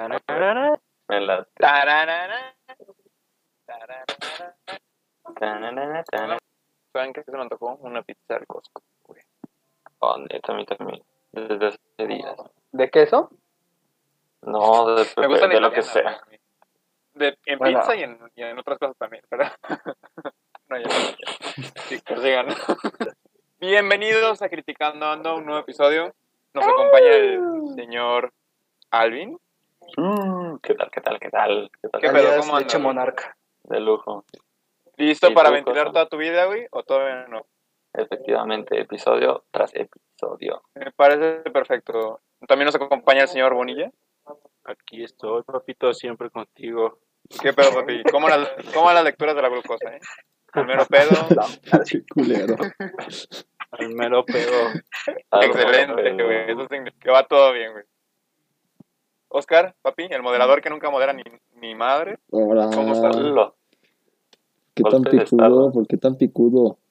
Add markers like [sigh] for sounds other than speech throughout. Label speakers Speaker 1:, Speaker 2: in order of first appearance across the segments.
Speaker 1: Tararara,
Speaker 2: Me late.
Speaker 1: tararara, tararara.
Speaker 2: Tanana, tanana.
Speaker 1: ¿Saben qué se me antojó? Una pizza del Costco. güey.
Speaker 2: Oh, neta, a mí también. Desde hace días.
Speaker 3: ¿De queso?
Speaker 2: No, de,
Speaker 1: Me gusta
Speaker 2: de, lo que sea.
Speaker 1: De, en
Speaker 3: Bueno.
Speaker 1: pizza y en, y en otras cosas también, pero... [laughs] no, ya no. Sí, pues sigan. [laughs] Bienvenidos a Criticando Ando, un nuevo episodio. Nos acompaña el señor Alvin.
Speaker 2: Mm, ¿Qué tal, qué tal, qué tal? ¿Qué tal?
Speaker 1: ¿Qué pedo?
Speaker 3: Alias
Speaker 1: ¿Cómo
Speaker 3: Leche
Speaker 1: andas?
Speaker 3: monarca.
Speaker 2: De lujo.
Speaker 1: ¿Listo
Speaker 2: ¿Y
Speaker 1: para
Speaker 2: tú,
Speaker 1: ventilar
Speaker 2: Cosmo?
Speaker 1: toda tu vida, güey? ¿O todavía no?
Speaker 2: Efectivamente, episodio tras episodio.
Speaker 1: Me parece perfecto. También nos acompaña el señor Bonilla.
Speaker 4: Aquí estoy, papito, siempre contigo.
Speaker 1: ¿Qué pedo, papi? ¿Cómo las, cómo las lecturas de la glucosa, eh? Primero pedo.
Speaker 5: culero.
Speaker 4: Al mero pedo.
Speaker 2: Algo
Speaker 1: Excelente,
Speaker 2: bueno,
Speaker 1: güey. Eso significa que va todo bien, güey. Oscar, papi, el
Speaker 3: Mm.
Speaker 1: moderador que nunca modera ni, ni madre.
Speaker 5: Hola.
Speaker 1: ¿Cómo estás?
Speaker 2: Lo-
Speaker 5: ¿Qué
Speaker 2: Golpe
Speaker 5: tan
Speaker 2: de
Speaker 5: picudo?
Speaker 2: estado.
Speaker 5: ¿Por qué tan picudo?
Speaker 3: [laughs]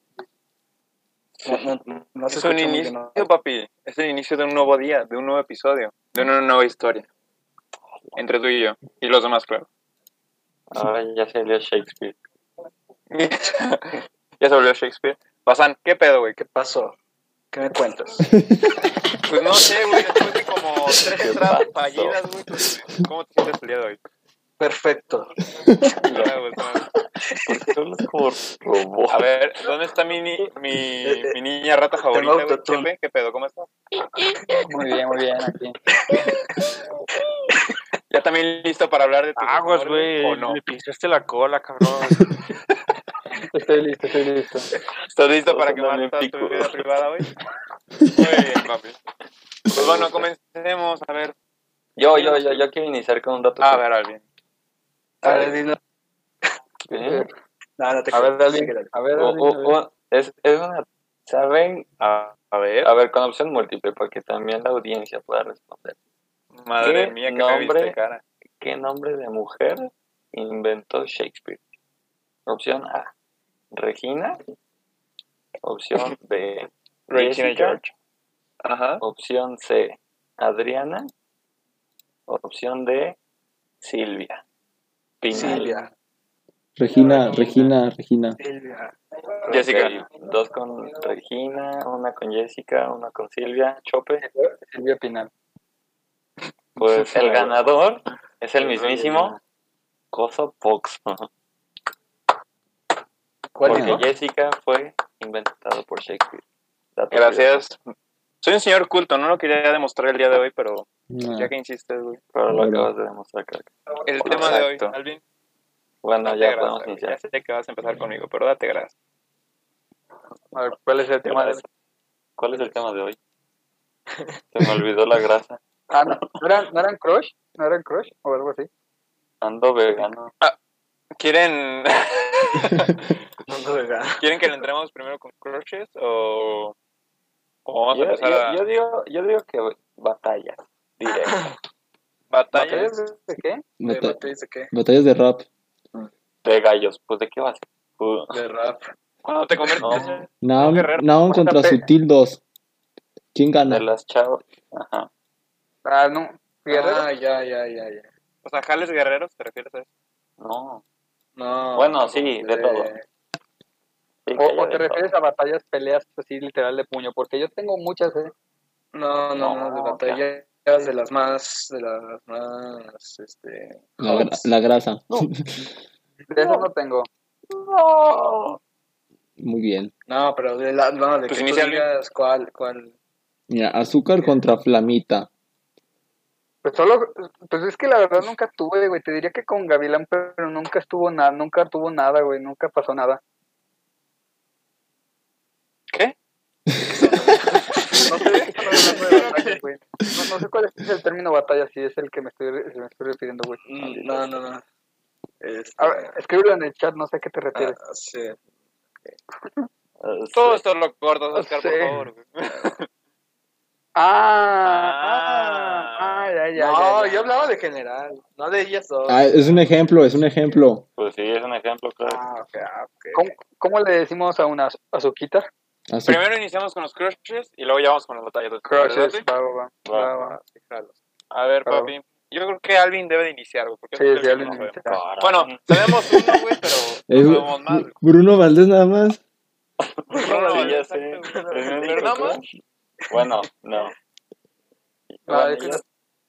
Speaker 3: No, no, no se
Speaker 1: es un
Speaker 3: escucha muy bien,
Speaker 1: inicio,
Speaker 3: ¿no?
Speaker 1: papi. Es el inicio de un nuevo día, de un nuevo episodio, de una nueva historia. Entre tú y yo. Y los demás, claro. [laughs]
Speaker 2: Ahora ya salió Shakespeare.
Speaker 1: ya se volvió Shakespeare. Pasan, ¿qué pedo, güey? ¿Qué-
Speaker 3: pasó? ¿Qué me cuentas?
Speaker 1: Pues no sé, güey. Después
Speaker 2: [laughs]
Speaker 1: de como tres
Speaker 2: ¿Qué
Speaker 1: entradas
Speaker 2: pasó?
Speaker 1: fallidas, güey. ¿Cómo te sientes el día de hoy?
Speaker 3: Perfecto.
Speaker 1: Ah, güey, no.
Speaker 2: ¿Por qué hablas como robot?
Speaker 1: A ver, ¿dónde está mi, ni- mi, mi niña rata favorita, güey?
Speaker 3: autotune.
Speaker 1: Chepe, ¿Qué pedo? ¿Cómo estás?
Speaker 3: Muy bien, muy bien. Aquí.
Speaker 1: ¿Ya también listo para hablar de tus
Speaker 4: Aguas,
Speaker 1: amores,
Speaker 4: güey.
Speaker 1: ¿O no?
Speaker 4: Me pinchaste la cola, cabrón.
Speaker 3: Estoy listo, estoy listo.
Speaker 1: ¿Estás listo
Speaker 2: Todos
Speaker 1: para que
Speaker 2: andan bien
Speaker 1: toda tu
Speaker 2: picudos.
Speaker 1: vida privada
Speaker 2: [laughs]
Speaker 1: hoy? Muy bien, papi. Pues bueno, comencemos. A ver,
Speaker 2: Yo, yo, yo, yo quiero iniciar con un dato.
Speaker 1: a ver, Alvin.
Speaker 3: A ver, dinos.
Speaker 2: ¿Eh?
Speaker 3: No, no te
Speaker 2: A ver,
Speaker 3: creas,
Speaker 2: Dalí.
Speaker 3: sí, dale.
Speaker 2: O- o- o- es, es una. ¿Saben?
Speaker 4: A, a ver.
Speaker 2: A ver, con opción múltiple, para que también la audiencia pueda responder.
Speaker 1: Madre
Speaker 2: ¿Qué
Speaker 1: mía, que me
Speaker 2: nombre?
Speaker 1: viste cara.
Speaker 2: ¿Qué nombre de mujer inventó Shakespeare? Opción A. Regina. Opción B.
Speaker 1: [laughs] Regina
Speaker 2: Jessica.
Speaker 1: George. Ajá.
Speaker 2: Opción C, Adriana. Opción D, Silvia. Pinal.
Speaker 3: Silvia.
Speaker 5: Regina, Regina, Regina.
Speaker 3: Silvia.
Speaker 2: Ok,
Speaker 1: Jessica.
Speaker 2: Dos con Regina, una con Jessica, una con Silvia. Chope.
Speaker 3: Silvia Pinal.
Speaker 1: [laughs]
Speaker 2: Pues el ganador es el mismísimo Coso Pox.
Speaker 3: ¿Cuál
Speaker 2: Porque
Speaker 3: es?
Speaker 2: Jessica fue inventado por Shakespeare. Dato
Speaker 1: Gracias. Soy un señor culto, no lo quería demostrar el día de hoy, pero
Speaker 5: No.
Speaker 1: ya que insistes, güey.
Speaker 2: curioso, Pero lo
Speaker 5: Bueno.
Speaker 2: acabas de demostrar. creo que-
Speaker 1: El tema de hoy,
Speaker 2: Exacto.
Speaker 1: Alvin,
Speaker 2: Bueno,
Speaker 1: date
Speaker 2: ya
Speaker 1: grasa,
Speaker 2: podemos
Speaker 1: güey.
Speaker 2: iniciar.
Speaker 1: Ya sé que vas a empezar conmigo, pero date gracias.
Speaker 3: A ver, ¿cuál es el tema de
Speaker 2: ¿Cuál es el tema de
Speaker 3: [laughs]
Speaker 2: hoy? Se me olvidó la grasa.
Speaker 3: Ah, no. ¿No eran, ¿No eran crush? ¿No eran crush? O algo así.
Speaker 2: Ando vegano.
Speaker 1: ¿Quieren, [laughs]
Speaker 3: No, no, no.
Speaker 1: ¿Quieren que le entremos primero con crushes o, o vamos
Speaker 2: Yo,
Speaker 1: a empezar
Speaker 2: yo-
Speaker 1: a
Speaker 2: yo digo, yo digo que batalla
Speaker 3: [laughs]
Speaker 2: directa.
Speaker 1: batallas?
Speaker 3: ¿Batallas de qué? ¿De
Speaker 5: Bata-
Speaker 3: batallas de qué?
Speaker 5: batallas de rap.
Speaker 2: de gallos. Pues de qué va a ser. Pues,
Speaker 3: De rap.
Speaker 1: Cuando te
Speaker 3: [laughs]
Speaker 1: conviertes en
Speaker 5: Naon,
Speaker 1: Guerrero,
Speaker 5: Naon contra
Speaker 3: cuéntate.
Speaker 5: Sutil 2. ¿Quién
Speaker 2: de
Speaker 5: gana?
Speaker 2: las chavas. Ajá.
Speaker 3: Ah, no.
Speaker 1: Guerrero.
Speaker 3: Ah, ya, ya, ya, ya.
Speaker 1: O sea, Jales Guerreros, ¿te refieres a eso?
Speaker 2: No.
Speaker 3: No.
Speaker 2: Bueno, sí, de todo. Sí,
Speaker 3: O, o
Speaker 2: calla
Speaker 3: te
Speaker 2: de
Speaker 3: refieres a batallas, peleas así literal de puño, porque yo tengo muchas, ¿eh? No, no, no, de
Speaker 2: No, Eh,
Speaker 3: batallas de las más, de las más, este...
Speaker 5: La, gra- la grasa.
Speaker 3: De eso no tengo.
Speaker 5: [laughs] Muy bien.
Speaker 3: No, pero de la, no, de
Speaker 1: Pues
Speaker 3: que tú
Speaker 1: inicialmente-
Speaker 3: digas cuál, cuál...
Speaker 5: Mira, azúcar contra flamita.
Speaker 3: Pues solo, pues es que la verdad nunca tuve, güey, te diría que con Gavilán, pero nunca estuvo nada, nunca tuvo nada, güey, nunca pasó nada. [laughs]
Speaker 1: ¿Qué?
Speaker 3: No sé, esto no es una de batallas, güey. No, no sé cuál es el término batalla, si es el que me estoy, se me estoy refiriendo, güey.
Speaker 6: No, no, no. [laughs] Este,
Speaker 3: A ver, eh, escríbelo en el chat, no sé a qué te
Speaker 6: ah,
Speaker 3: refieres.
Speaker 6: sí.
Speaker 2: todo.
Speaker 3: eh,
Speaker 1: Todo esto lo cortas, Oscar,
Speaker 3: Sí.
Speaker 1: por favor. güey.
Speaker 3: Ah, ah, ya, ya,
Speaker 6: no,
Speaker 3: ya, ya.
Speaker 6: yo hablaba de general, no de ellas dos.
Speaker 5: Ah, es un ejemplo, es un ejemplo.
Speaker 2: Pues sí, es un ejemplo claro.
Speaker 6: Ah, ok, ah, ok.
Speaker 3: ¿Cómo, cómo le decimos a una azuquita?
Speaker 5: Azu-
Speaker 1: Primero iniciamos con los crushes y luego ya vamos con las batallas. ¿verdad?
Speaker 3: Crushes, va, va, va,
Speaker 2: Va.
Speaker 3: va, va.
Speaker 1: A ver,
Speaker 3: Claro.
Speaker 1: papi, Yo creo que Alvin debe de iniciar, güey. Porque
Speaker 3: Sí,
Speaker 1: es el
Speaker 3: sí,
Speaker 1: que
Speaker 3: Alvin
Speaker 1: no sabe.
Speaker 3: inicia.
Speaker 1: Bueno, sabemos uno, güey,
Speaker 3: [laughs]
Speaker 1: pero
Speaker 5: Es
Speaker 1: no sabemos más. güey.
Speaker 5: Bruno Valdés nada más.
Speaker 1: Bruno
Speaker 2: [laughs] sí, ya
Speaker 1: Valdés,
Speaker 3: [laughs]
Speaker 2: sé.
Speaker 1: exacto, güey.
Speaker 2: También
Speaker 1: Pero
Speaker 2: dijo
Speaker 1: nada
Speaker 2: que-
Speaker 1: más.
Speaker 2: Bueno, no.
Speaker 3: Ah,
Speaker 2: Bueno,
Speaker 3: creo
Speaker 2: yo-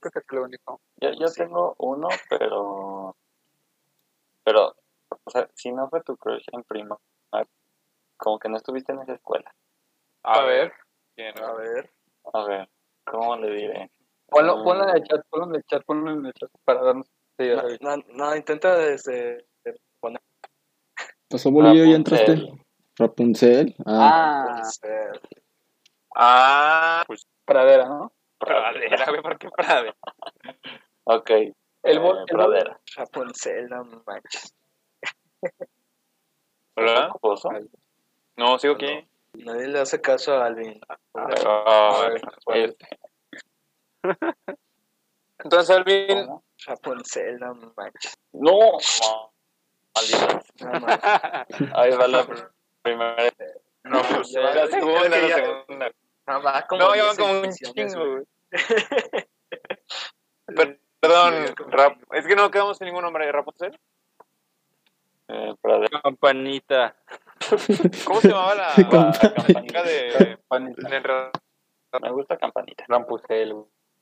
Speaker 3: creo que es lo único.
Speaker 2: Yo, yo tengo uno, pero. Pero, o sea, si no fue tu crush en prima, como que no estuviste en esa escuela.
Speaker 1: A ver. ¿quién?
Speaker 6: A ver.
Speaker 2: A ver, ¿cómo le diré?
Speaker 3: Ponlo,
Speaker 2: Mm,
Speaker 3: ponlo en el chat, ponlo en el chat, ponlo en el chat para darnos. Sí,
Speaker 2: Ah,
Speaker 3: a ver.
Speaker 6: No, no, no, intenta este, desde. poner.
Speaker 5: Pasó bolillo y ya
Speaker 2: Rapunzel.
Speaker 5: entraste. Rapunzel. Ah,
Speaker 3: Ah,
Speaker 6: este,
Speaker 1: Ah,
Speaker 3: pradera, ¿no?
Speaker 1: pradera, güey, ¿por qué pradera?
Speaker 2: Ok.
Speaker 3: El bol,
Speaker 2: eh,
Speaker 3: el bol.
Speaker 2: pradera.
Speaker 6: Rapunzel, no manches.
Speaker 1: ¿Hola?
Speaker 2: Coso.
Speaker 1: No, sigo aquí.
Speaker 6: Nadie le hace caso a Alvin.
Speaker 1: A ver, a ver.
Speaker 2: Este,
Speaker 1: Entonces, Alvin,
Speaker 2: ¿cómo?
Speaker 6: Rapunzel, no manches.
Speaker 2: No. no, Maldita.
Speaker 6: No manches.
Speaker 2: Ahí va la pr- primera.
Speaker 1: [laughs] no, pues,
Speaker 6: Ya,
Speaker 1: eh, la
Speaker 6: creo
Speaker 1: segunda,
Speaker 6: que
Speaker 1: la
Speaker 6: ya-
Speaker 1: segunda.
Speaker 6: No, va como
Speaker 1: No, ya van
Speaker 6: 10
Speaker 1: como un
Speaker 6: ediciones,
Speaker 1: chingo,
Speaker 6: güey.
Speaker 1: güey. Per- Perdón, Rap- es que no quedamos sin ningún nombre de Rapunzel.
Speaker 2: Eh, pradera.
Speaker 4: Campanita.
Speaker 1: ¿Cómo se llamaba la, [laughs] la
Speaker 2: Campanita.
Speaker 1: chica de,
Speaker 3: Pan-
Speaker 1: de Ra-
Speaker 2: Me gusta campanita.
Speaker 3: Rampusel,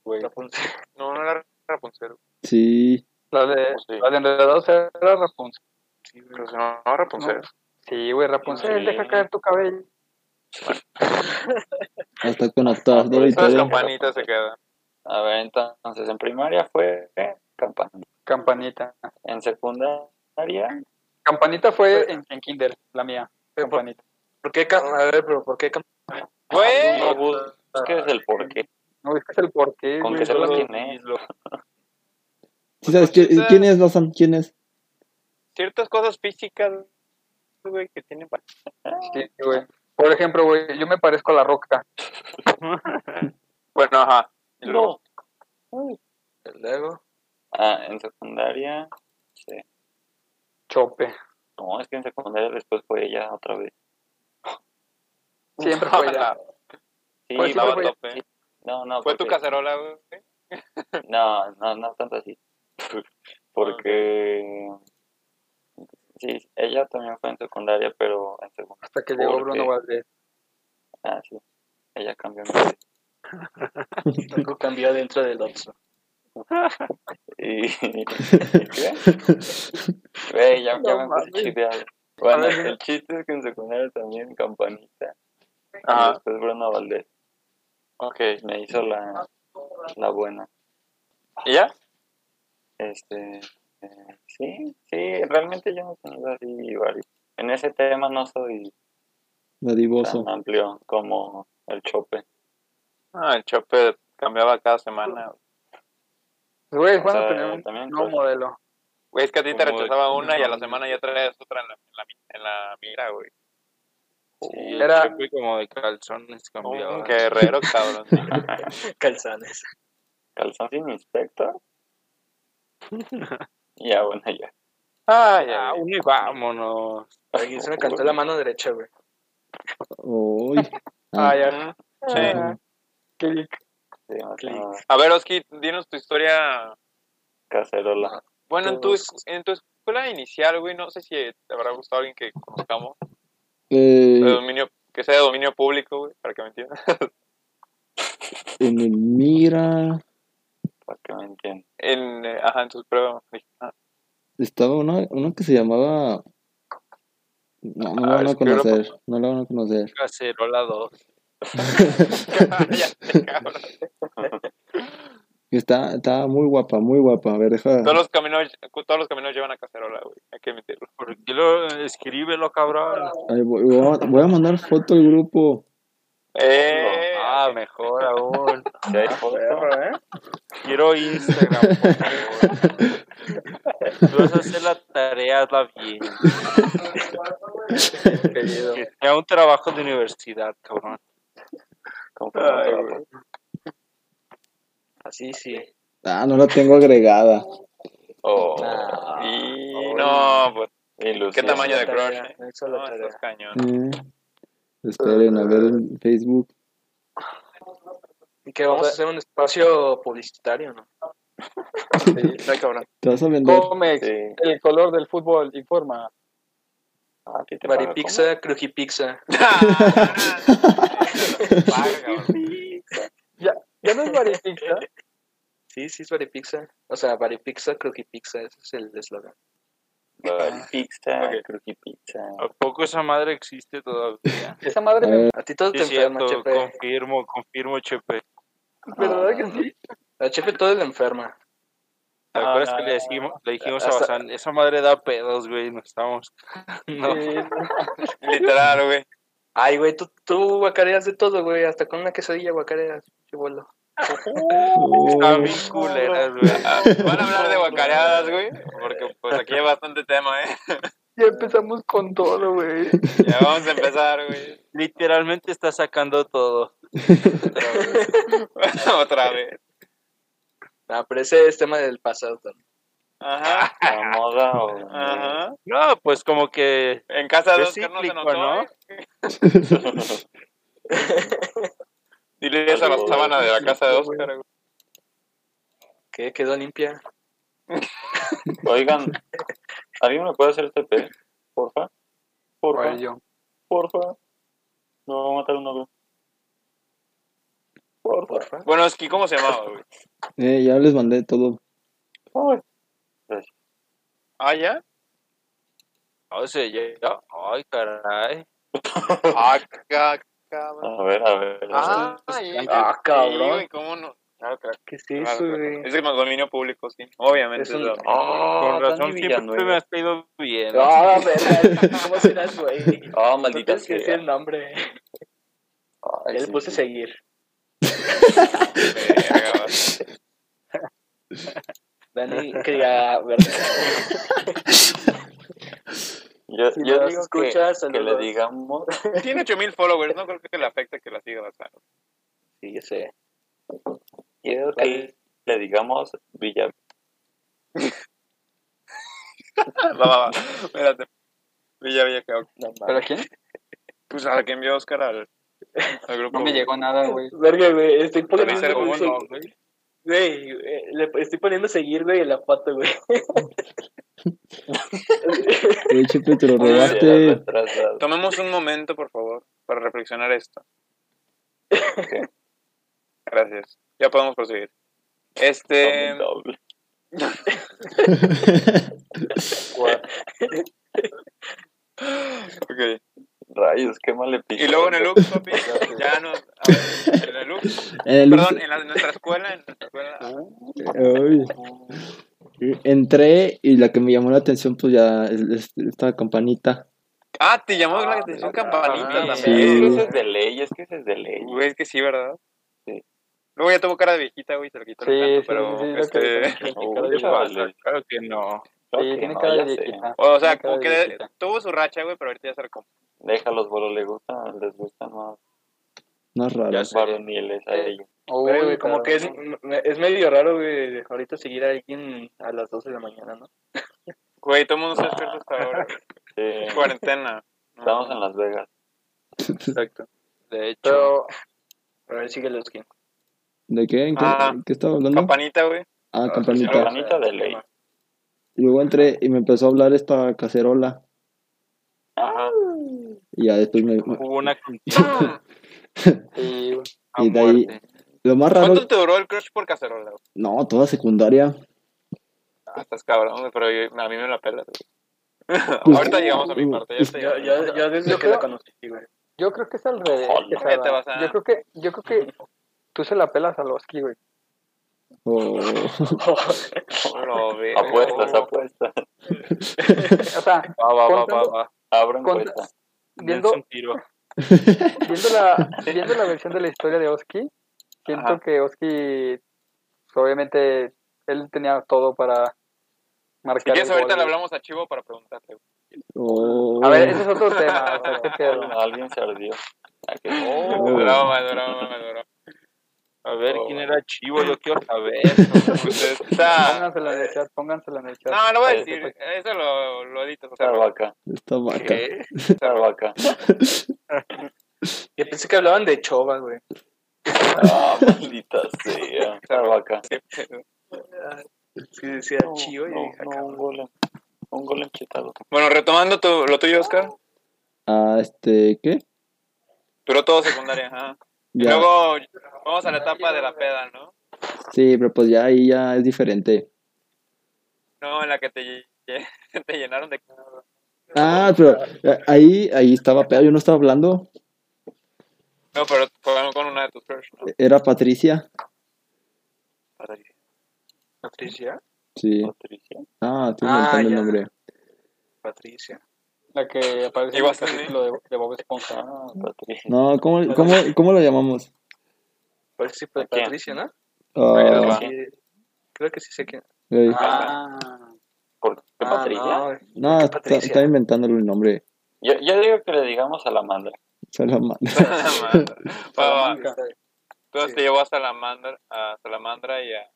Speaker 3: güey.
Speaker 6: Rapunzel.
Speaker 1: No, no era Rapunzel.
Speaker 5: sí.
Speaker 3: La de,
Speaker 2: Sí.
Speaker 3: la de enredados era Rapunzel.
Speaker 6: Sí, güey.
Speaker 1: Creo que no, no, Rapunzel.
Speaker 3: Sí, güey, Rapunzel,
Speaker 2: Sí.
Speaker 3: deja caer tu cabello.
Speaker 5: Hasta conectado
Speaker 2: por eso
Speaker 1: Esas
Speaker 5: ahorita.
Speaker 2: es
Speaker 5: ya.
Speaker 2: campa-
Speaker 1: campanitas se quedan.
Speaker 2: A ver, entonces en primaria fue eh, campanita.
Speaker 3: Campanita.
Speaker 2: En secundaria,
Speaker 3: Campanita fue
Speaker 2: Pues
Speaker 3: en, en Kinder, la mía.
Speaker 6: Pero, ¿por,
Speaker 3: Campanita.
Speaker 6: por qué cam- A ver, pero ¿por qué cam-
Speaker 1: Güey,
Speaker 2: no busques el porqué.
Speaker 3: No, es que es el porqué,
Speaker 2: Con
Speaker 3: güey,
Speaker 2: que sepas
Speaker 3: solo-
Speaker 2: quién es.
Speaker 5: ¿Sí sabes quién, quién es, Bazán? ¿Quién es? [laughs]
Speaker 1: ciertas cosas físicas, güey, que tienen pa-
Speaker 3: Sí, güey. Por ejemplo, güey, yo me parezco a la roca.
Speaker 1: Bueno, ajá. Y luego,
Speaker 2: No.
Speaker 6: Luego.
Speaker 2: Ah, en secundaria.
Speaker 3: Chope.
Speaker 2: No, es que en secundaria después fue ella otra vez.
Speaker 1: [laughs]
Speaker 3: Siempre
Speaker 2: [laughs]
Speaker 3: fue ella.
Speaker 2: Sí,
Speaker 3: Pues sí,
Speaker 2: no,
Speaker 1: estaba
Speaker 3: fue-
Speaker 1: tope.
Speaker 2: no, no.
Speaker 1: Fue tu
Speaker 2: porque-
Speaker 1: cacerola, güey.
Speaker 2: No, no, no tanto así. [laughs] Porque. Sí, ella también fue en secundaria, pero en secundaria.
Speaker 3: Hasta que llegó
Speaker 2: ¿Por
Speaker 3: Bruno
Speaker 2: qué?
Speaker 3: Valdés.
Speaker 2: Ah, sí. Ella cambió. mi-
Speaker 6: Algo cambió dentro del otro.
Speaker 2: Y. [laughs] ¿y qué? Güey, ya, ya
Speaker 3: No
Speaker 2: me puse
Speaker 3: mames.
Speaker 2: chideado. Bueno,
Speaker 3: A ver.
Speaker 2: el chiste es que en secundaria también campanita.
Speaker 3: Ah.
Speaker 2: Y
Speaker 1: Ajá,
Speaker 2: después Bruno Valdés
Speaker 1: ok.
Speaker 2: me hizo la, la buena.
Speaker 1: ¿Y ya?
Speaker 2: Este, eh, sí, sí, realmente yo no he tenido así varios. En ese tema no soy
Speaker 5: Dadivoso.
Speaker 2: tan amplio como el chope.
Speaker 1: Ah, el chope cambiaba cada semana.
Speaker 3: Güey, es
Speaker 2: O sea,
Speaker 3: bueno tener un
Speaker 2: también
Speaker 3: nuevo
Speaker 2: con-
Speaker 3: modelo.
Speaker 1: Güey, es que a ti te
Speaker 4: Como-
Speaker 1: rechazaba una y a la semana ya traías otra en la, en la, en la mira, güey.
Speaker 2: Sí,
Speaker 3: Era-
Speaker 4: Yo fui como de calzones cambiaba.
Speaker 1: Un guerrero, cabrón.
Speaker 4: [laughs]
Speaker 6: Calzones.
Speaker 2: calzón sin [laughs] inspector. ya, bueno, ya.
Speaker 1: Ah, ya.
Speaker 4: Ah, uno y vámonos.
Speaker 6: Aquí se me cantó la mano derecha, güey.
Speaker 1: [laughs]
Speaker 5: Uy.
Speaker 3: Ah,
Speaker 5: Ah,
Speaker 3: ya. Ah,
Speaker 1: Ujú.
Speaker 5: chale.
Speaker 3: Qué-
Speaker 2: Sí, más que
Speaker 6: Clic.
Speaker 2: nada,
Speaker 1: A ver, Oski, dinos tu historia.
Speaker 2: cacerola.
Speaker 1: Bueno, en tu,
Speaker 6: Pues-
Speaker 1: escu- en tu escuela inicial, güey, no sé si te habrá gustado alguien que conozcamos,
Speaker 5: Eh,
Speaker 1: de dominio, que sea de dominio público, güey, para que me entiendas.
Speaker 5: en el Mira
Speaker 2: Para que me entiendan.
Speaker 1: En, eh, ajá, en tus pruebas. Ah,
Speaker 5: estaba uno, uno que se llamaba. No, no lo
Speaker 1: Ah,
Speaker 5: van a
Speaker 1: es que era
Speaker 5: conocer. No lo van a
Speaker 1: [laughs]
Speaker 5: conocer.
Speaker 4: Cacerola 2.
Speaker 1: Cállate, cabrón.
Speaker 5: [laughs] Está, está muy guapa, muy guapa. A ver, deja.
Speaker 1: Todos los caminos, todos los caminos llevan a cacerola, güey. Hay que admitirlo.
Speaker 4: ¿Por qué lo escríbelo, cabrón?
Speaker 5: Ahí voy, voy a, voy a mandar foto al grupo.
Speaker 1: Eh,
Speaker 4: Ah, mejor aún.
Speaker 2: Si
Speaker 3: Ah,
Speaker 2: hay foto,
Speaker 4: Quiero Instagram, por favor. Tú vas a hacer la tarea, hazla bien. Que sea un trabajo de universidad, cabrón.
Speaker 2: conforme a
Speaker 1: Ay,
Speaker 2: todo.
Speaker 1: güey.
Speaker 6: Así sí.
Speaker 5: [laughs] Ah, no la tengo agregada.
Speaker 2: Oh,
Speaker 6: Ah,
Speaker 1: y no, pues,
Speaker 2: ilusión.
Speaker 1: ¿qué tamaño de crush?
Speaker 6: Tarea,
Speaker 1: eh?
Speaker 6: no hizo la
Speaker 1: No,
Speaker 6: tarea.
Speaker 1: estás cañón.
Speaker 5: Eh, esperen, a ver
Speaker 1: Eh.
Speaker 5: en Facebook.
Speaker 6: Y que vamos a hacer un espacio publicitario, ¿no? [laughs]
Speaker 2: Sí.
Speaker 1: No, cabrón.
Speaker 5: Te vas a vender.
Speaker 3: Comex,
Speaker 2: Sí.
Speaker 3: el color del fútbol, informa.
Speaker 2: Ah, ¿a ti te pagan como?
Speaker 6: Maripixa, Crujipixa.
Speaker 1: Paga, cabrón.
Speaker 3: ¿Ya no es Maripixa?
Speaker 6: Sí, sí es Varipixa. O sea, Varipixa, Crujipixa, ese es el eslogan.
Speaker 2: Vale, Pizza,
Speaker 1: Ah, Ok.
Speaker 2: Cruji
Speaker 1: [laughs]
Speaker 2: Pizza.
Speaker 4: ¿A poco esa madre existe todavía?
Speaker 3: Esa madre
Speaker 5: A
Speaker 3: me...
Speaker 5: ver,
Speaker 6: A ti todo
Speaker 4: Sí,
Speaker 6: te
Speaker 4: es
Speaker 6: enferma,
Speaker 4: cierto,
Speaker 6: Chepe.
Speaker 4: confirmo, confirmo, Chepe.
Speaker 3: ¿Verdad que sí?
Speaker 6: A Chepe todo le enferma.
Speaker 4: ¿Te
Speaker 2: No,
Speaker 4: acuerdas
Speaker 2: no,
Speaker 4: que
Speaker 2: no,
Speaker 4: le dijimos, le dijimos a
Speaker 2: Hasta-
Speaker 4: Bazán, esa madre da pedos, güey, no estamos... [laughs] No,
Speaker 3: Sí,
Speaker 1: Literal, güey.
Speaker 6: Ay, güey, tú, tú guacareas de todo, güey. Hasta con una quesadilla guacareas, chibolo.
Speaker 1: Oh,
Speaker 4: están bien culeras, güey.
Speaker 1: Ah, Van a hablar de guacareadas, güey. Porque pues aquí hay bastante tema, ¿eh?
Speaker 3: ya empezamos con todo, güey.
Speaker 1: Ya vamos a empezar, güey. [laughs]
Speaker 4: Literalmente está sacando todo.
Speaker 1: Otra vez.
Speaker 6: Ah, pero ese es tema del pasado también.
Speaker 1: Ajá.
Speaker 2: La moda o...
Speaker 1: Ajá.
Speaker 4: No, pues como que
Speaker 1: En casa de
Speaker 4: Es
Speaker 1: Oscar no se
Speaker 4: cíclico,
Speaker 1: notó,
Speaker 4: ¿no?
Speaker 1: ¿eh? Dile eso a la sábana de la casa de Oscar, güey.
Speaker 6: ¿Qué? ¿Quedó limpia?
Speaker 2: Oigan, ¿alguien me puede hacer este pe? Porfa. Porfa.
Speaker 3: Bueno, yo.
Speaker 2: Porfa. No va a matar un novio. Porfa.
Speaker 6: Porfa.
Speaker 1: Bueno, es que ¿cómo se llamaba, güey?
Speaker 5: [laughs] Eh, ya les mandé todo.
Speaker 2: Ay,
Speaker 1: Ah, ¿ya?
Speaker 4: O sea, ya, ya- ay, caray.
Speaker 1: Ah, ca- cabrón.
Speaker 2: A ver, a ver. a
Speaker 1: Ah, ya.
Speaker 6: Ah,
Speaker 1: Sí,
Speaker 6: cabrón.
Speaker 1: güey, ¿cómo no? Claro, claro.
Speaker 3: ¿Qué es
Speaker 1: claro,
Speaker 3: eso,
Speaker 1: claro.
Speaker 3: güey?
Speaker 1: Es el dominio público, sí. Obviamente.
Speaker 6: Es un-
Speaker 1: es Ah, lo- Ah,
Speaker 4: Con razón
Speaker 2: Dani
Speaker 4: siempre
Speaker 2: Villanueva.
Speaker 4: me has caído bien.
Speaker 6: Ah, verga, ¿Cómo serás, güey?
Speaker 2: ver. Ah,
Speaker 6: No
Speaker 2: maldita
Speaker 6: tienes que decir
Speaker 2: sea.
Speaker 6: el nombre.
Speaker 2: Ay,
Speaker 6: Él
Speaker 2: sí.
Speaker 6: puse seguir.
Speaker 1: Verga, güey.
Speaker 2: [laughs]
Speaker 6: Dani, que diga, ¿verdad?
Speaker 2: Yo,
Speaker 6: Si
Speaker 2: yo
Speaker 6: nos
Speaker 2: digo
Speaker 6: escuchas,
Speaker 2: que, que le
Speaker 6: saludos.
Speaker 2: digamos.
Speaker 1: Tiene 8000 followers, no creo que le afecte que la siga bastante.
Speaker 6: Sí, yo sé.
Speaker 2: Yo digo que le digamos Villa.
Speaker 1: Va, va, va. Espérate. Villa, Villa, que
Speaker 6: No,
Speaker 3: ¿Pero
Speaker 6: mames.
Speaker 3: a quién?
Speaker 1: Pues a la que envió Oscar al, al grupo.
Speaker 3: No me llegó nada, güey.
Speaker 6: Verga, güey, estoy
Speaker 1: Debe
Speaker 6: poniendo
Speaker 1: ser
Speaker 6: un
Speaker 1: uno,
Speaker 6: seg- güey, eh, le estoy poniendo seguir, güey, en la foto, güey.
Speaker 5: Eh, Chepe, te lo
Speaker 2: Villa
Speaker 5: robaste.
Speaker 2: Retrasado.
Speaker 1: Tomemos un momento, por favor, para reflexionar esto. Gracias. Ya podemos proseguir. Este.
Speaker 2: Doble.
Speaker 5: [laughs]
Speaker 1: Ok.
Speaker 2: Rayos, qué mal episodio.
Speaker 1: Y luego en el look, papi.
Speaker 3: [laughs]
Speaker 1: Ya no. En el look.
Speaker 5: Eh, Lux,
Speaker 1: Perdón, en, la- en nuestra escuela. En nuestra escuela.
Speaker 5: ay. Entré y la que me llamó la atención, pues ya, es- es esta campanita.
Speaker 1: Ah, te llamó la atención campanita
Speaker 2: Ah, Es que
Speaker 1: también.
Speaker 2: ese es de ley, es que ese es de ley.
Speaker 1: Güey, es que sí, ¿verdad?
Speaker 2: Sí.
Speaker 1: Luego ya tuvo cara de viejita, güey, se lo quitó
Speaker 3: Sí,
Speaker 1: el canto,
Speaker 3: sí,
Speaker 1: pero.
Speaker 3: sí, sí, lo
Speaker 1: este,
Speaker 2: Uy,
Speaker 3: Cara de
Speaker 2: vale.
Speaker 4: Claro que no.
Speaker 2: Claro
Speaker 3: Sí,
Speaker 2: que
Speaker 3: tiene
Speaker 2: no,
Speaker 3: cara
Speaker 2: ya
Speaker 3: de
Speaker 2: sé.
Speaker 3: viejita.
Speaker 1: o sea,
Speaker 3: Tiene
Speaker 1: como
Speaker 3: cara
Speaker 1: que
Speaker 3: de viejita.
Speaker 1: tuvo su racha, güey, pero ahorita ya se lo compró.
Speaker 2: Déjalos, bolo, les gustan, les gustan más
Speaker 5: Más raro. [laughs]
Speaker 4: Ya sé.
Speaker 2: varoniles a ellos.
Speaker 3: Uy,
Speaker 6: Verga, güey,
Speaker 3: cabrón.
Speaker 6: como que es, me- es medio raro, güey, ahorita seguir a alguien a las 2 de la mañana, ¿no?
Speaker 1: Güey, todo el mundo se despierta hasta ahora. eh,
Speaker 2: Sí.
Speaker 1: Cuarentena.
Speaker 2: Estamos en Las Vegas.
Speaker 1: Exacto.
Speaker 4: De hecho,
Speaker 6: Pero, a ver, síguelo, Skin.
Speaker 5: ¿De qué? ¿En qué,
Speaker 1: Ah,
Speaker 5: ¿en qué estaba
Speaker 1: [laughs]
Speaker 5: hablando?
Speaker 1: Campanita, güey.
Speaker 5: ah,
Speaker 2: La
Speaker 5: campanita.
Speaker 2: manita de ley.
Speaker 5: Y Luego entré y me empezó a hablar esta cacerola.
Speaker 2: Ajá.
Speaker 5: Y ya después me.
Speaker 4: hubo una contienda
Speaker 3: Sí, güey.
Speaker 4: a
Speaker 5: Y de ahí-
Speaker 4: muerte.
Speaker 5: Lo más raro.
Speaker 1: ¿Cuánto te duró el crush por cacerola, güey?
Speaker 5: No, toda secundaria.
Speaker 1: Ah, estás cabrón, güey, pero yo- a mí me la pelas, güey.
Speaker 5: Pues-
Speaker 1: ahorita llegamos a mi parte. ahorita
Speaker 6: Yo,
Speaker 1: llegamos.
Speaker 6: yo, yo desde
Speaker 3: Yo
Speaker 6: que la
Speaker 3: creo-
Speaker 6: conocí,
Speaker 2: [laughs]
Speaker 6: güey. [laughs]
Speaker 3: Yo creo que es al revés.
Speaker 2: Joder,
Speaker 3: que se
Speaker 1: ¿qué te
Speaker 3: da.
Speaker 1: vas a-
Speaker 3: Yo creo que, yo creo que tú se la pelas a Loski, güey.
Speaker 5: [laughs] O-
Speaker 1: Lo veo. Oh.
Speaker 2: Apuestas, apuestas.
Speaker 3: O sea,
Speaker 4: Va, va, va, va,
Speaker 3: Contando-
Speaker 4: va.
Speaker 2: Abro
Speaker 3: Con-
Speaker 2: encuesta.
Speaker 3: viendo,
Speaker 4: Dense un tiro.
Speaker 3: viendo,
Speaker 1: [laughs]
Speaker 3: la, viendo la versión de la historia de Oski, siento
Speaker 1: Ajá.
Speaker 3: que Oski, pues, obviamente, él tenía todo para
Speaker 1: Si
Speaker 3: marcar.
Speaker 1: quieres,
Speaker 3: el
Speaker 1: ahorita
Speaker 3: gol,
Speaker 1: le
Speaker 3: güey.
Speaker 1: hablamos a Chivo para preguntarte, güey.
Speaker 5: o-
Speaker 3: A ver, ese
Speaker 1: [laughs]
Speaker 3: es otro tema. o sea, qué pedo.
Speaker 2: Alguien se ardió. Ah, que-
Speaker 5: Oh.
Speaker 1: Broma, broma, broma.
Speaker 4: A ver,
Speaker 2: Oh.
Speaker 4: ¿quién era Chivo? Yo quiero saber.
Speaker 1: [laughs] Pues está...
Speaker 3: Póngansela en el chat, póngansela en el chat.
Speaker 1: No, lo voy a decir. Eso lo, lo editas. O sea,
Speaker 2: Esta vaca,
Speaker 5: Esta vaca.
Speaker 4: ¿Qué?
Speaker 2: esta vaca.
Speaker 6: Yo pensé que hablaban de Chova, güey.
Speaker 2: Ah, maldita sea. Esta vaca.
Speaker 6: Sí, decía
Speaker 2: No,
Speaker 6: chío y
Speaker 2: no,
Speaker 6: dije,
Speaker 2: no,
Speaker 6: "Ah,
Speaker 2: un golem. Un golem chetado.
Speaker 1: Bueno, retomando tu- lo tuyo, Oscar.
Speaker 5: Ah, este, ¿qué?
Speaker 1: Duró todo secundaria, ajá. Y
Speaker 5: Ya.
Speaker 1: Luego vamos a la etapa de la peda, ¿no?
Speaker 5: Sí, pero pues ya ahí ya es diferente.
Speaker 1: No, en la que te, lle- [laughs] te llenaron de...
Speaker 5: Ah, pero eh, ahí, ahí estaba pedo, yo no estaba hablando,
Speaker 1: No, pero fueron con una de tus crush, ¿no? [laughs]
Speaker 5: era Patricia.
Speaker 6: Patricia.
Speaker 5: Sí.
Speaker 2: Patricia.
Speaker 5: Ah, estoy
Speaker 6: Ah,
Speaker 5: inventando el
Speaker 6: ya.
Speaker 5: nombre.
Speaker 6: Patricia.
Speaker 3: La que aparece en
Speaker 1: Igual
Speaker 3: el capítulo de, de Bob Esponja.
Speaker 2: Ah, Patricia.
Speaker 5: No, ¿cómo, cómo, cómo lo llamamos?
Speaker 6: Parece sí,
Speaker 2: ¿A quién?
Speaker 6: Patricia, ¿no?
Speaker 5: Ah,
Speaker 1: Ah.
Speaker 6: Sí, creo que sí sé quién.
Speaker 5: eh,
Speaker 2: Ah, ¿Por qué
Speaker 6: Ah,
Speaker 2: Patricia?
Speaker 6: no,
Speaker 5: no, está-
Speaker 6: Patricia.
Speaker 5: estaba inventándole el nombre.
Speaker 2: Yo, yo digo que le digamos a la mandra.
Speaker 5: Salamandra.
Speaker 1: Salamandra. Va, va.
Speaker 6: Salamanca.
Speaker 1: Entonces
Speaker 6: Sí.
Speaker 1: te llevó a Salamandra, a Salamandra y a,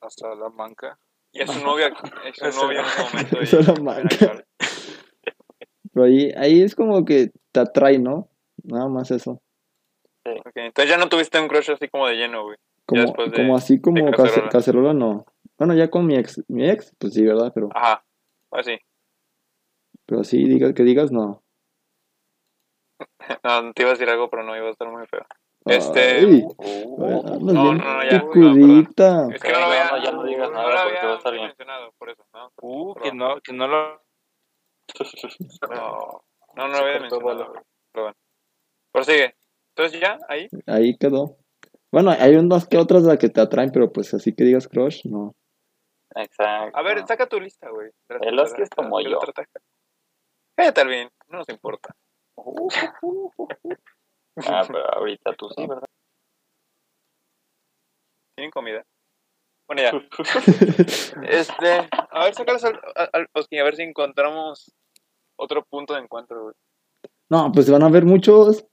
Speaker 6: A Salamanca.
Speaker 1: y a su novia, es [laughs] su novia en ese momento. y-
Speaker 5: Salamanca. Pero ahí, ahí es como que te atrae, ¿no? Nada más eso.
Speaker 1: Ok, Entonces ya no tuviste un crush así como de lleno, güey. Ya
Speaker 5: Como,
Speaker 1: después de-
Speaker 5: como así como
Speaker 1: de
Speaker 5: cace-
Speaker 1: cacerola.
Speaker 5: cacerola. no. Bueno, ya con mi ex, mi ex, pues sí, ¿verdad? Pero,
Speaker 1: Ajá, así. [laughs]
Speaker 5: pero así diga, que digas, no.
Speaker 1: No, te iba a decir algo, pero no, iba a estar muy feo.
Speaker 5: Ay,
Speaker 1: Este-
Speaker 5: ay,
Speaker 2: Uh,
Speaker 5: andas
Speaker 1: No,
Speaker 5: bien
Speaker 1: no, no, ya, no,
Speaker 5: picudita.
Speaker 1: Es que no lo
Speaker 2: Ok,
Speaker 1: había,
Speaker 2: no, ya no digas nada,
Speaker 1: lo
Speaker 2: porque
Speaker 1: había
Speaker 2: va a estar bien.
Speaker 1: mencionado, por eso, ¿no?
Speaker 4: Uh, que no, que no lo.
Speaker 1: No, no, no lo había mencionado. güey. Pero bueno. Prosigue. Entonces ya, ahí.
Speaker 5: Ahí quedó. Bueno, hay unas que otras las que te atraen, pero pues así que digas crush, no.
Speaker 2: Exacto.
Speaker 1: A ver, saca tu lista, güey.
Speaker 2: Ah. El Oski es como yo.
Speaker 1: Cállate, Alvin. No nos importa.
Speaker 2: Uh, uh, uh, uh. Ah, pero ahorita tú sí, ¿verdad?
Speaker 1: Tienen comida. Bueno,
Speaker 2: [laughs]
Speaker 1: ya. Este, a ver, sácalos al, al, al Oski, a ver si encontramos otro punto de encuentro, güey.
Speaker 5: No, pues van a haber muchos.
Speaker 2: Sí.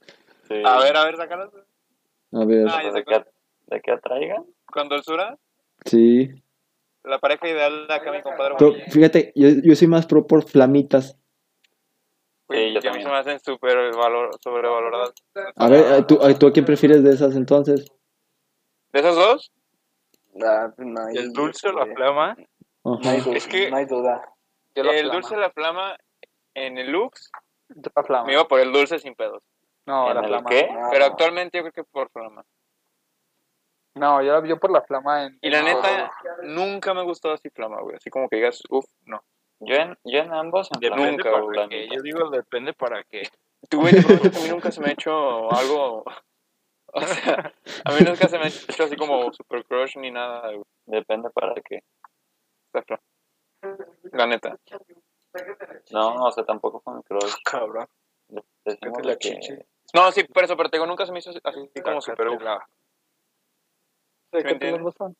Speaker 2: Pues,
Speaker 1: A ver, a ver, sácalos.
Speaker 5: A ver,
Speaker 1: Ah, ya
Speaker 2: ¿De
Speaker 1: sé
Speaker 2: qué,
Speaker 1: cuál.
Speaker 2: de qué atraigan?
Speaker 1: Con dulzura,
Speaker 5: sí.
Speaker 1: la pareja ideal de acá, mi compadre.
Speaker 5: Pero fíjate, yo, yo soy más pro por flamitas.
Speaker 1: Güey,
Speaker 2: Sí, yo
Speaker 1: que a mí
Speaker 2: también.
Speaker 1: se me hacen súper valor- sobrevaloradas.
Speaker 5: A ver, eh, ¿tú, ¿tú a quién prefieres de esas entonces?
Speaker 1: ¿De esos dos?
Speaker 7: Ah, no hay,
Speaker 4: ¿El dulce o la
Speaker 7: este,
Speaker 4: flama?
Speaker 7: No hay,
Speaker 5: [laughs] Ajá.
Speaker 7: duda,
Speaker 1: Es que-
Speaker 7: no hay duda.
Speaker 3: Yo la
Speaker 1: El
Speaker 3: flama.
Speaker 1: dulce de la flama en el Lux.
Speaker 3: Yo la flama.
Speaker 1: Me iba por el dulce sin pedos.
Speaker 3: No,
Speaker 2: ¿En
Speaker 3: la
Speaker 2: el
Speaker 3: flama.
Speaker 2: qué?
Speaker 7: No,
Speaker 1: ¿Eh? Pero
Speaker 6: Ah.
Speaker 7: no.
Speaker 1: actualmente yo creo que por flama.
Speaker 3: No, yo, yo por la flama en...
Speaker 1: Y la neta, nunca me ha gustado así flama, güey. Así como que digas, uff, no.
Speaker 2: Yo en, yo en ambos. En
Speaker 1: Depende
Speaker 2: Flamengo,
Speaker 1: para
Speaker 2: Flamengo.
Speaker 4: Que yo digo, depende para qué.
Speaker 1: Tú, güey, te pregunto que a mí nunca se me ha hecho algo. O sea, a mí nunca se me ha hecho así como super crush ni nada, güey.
Speaker 2: Depende para qué.
Speaker 1: Está feo. La neta.
Speaker 2: No, o sea, tampoco con crush.
Speaker 6: Cabrón.
Speaker 2: Decimos
Speaker 6: Vete la
Speaker 2: de que-
Speaker 6: chichi.
Speaker 1: No, sí, por eso, pero te digo, nunca se me hizo así como super uf.
Speaker 3: ¿De
Speaker 1: ¿Me
Speaker 3: qué te
Speaker 1: entiendes?
Speaker 3: gustan?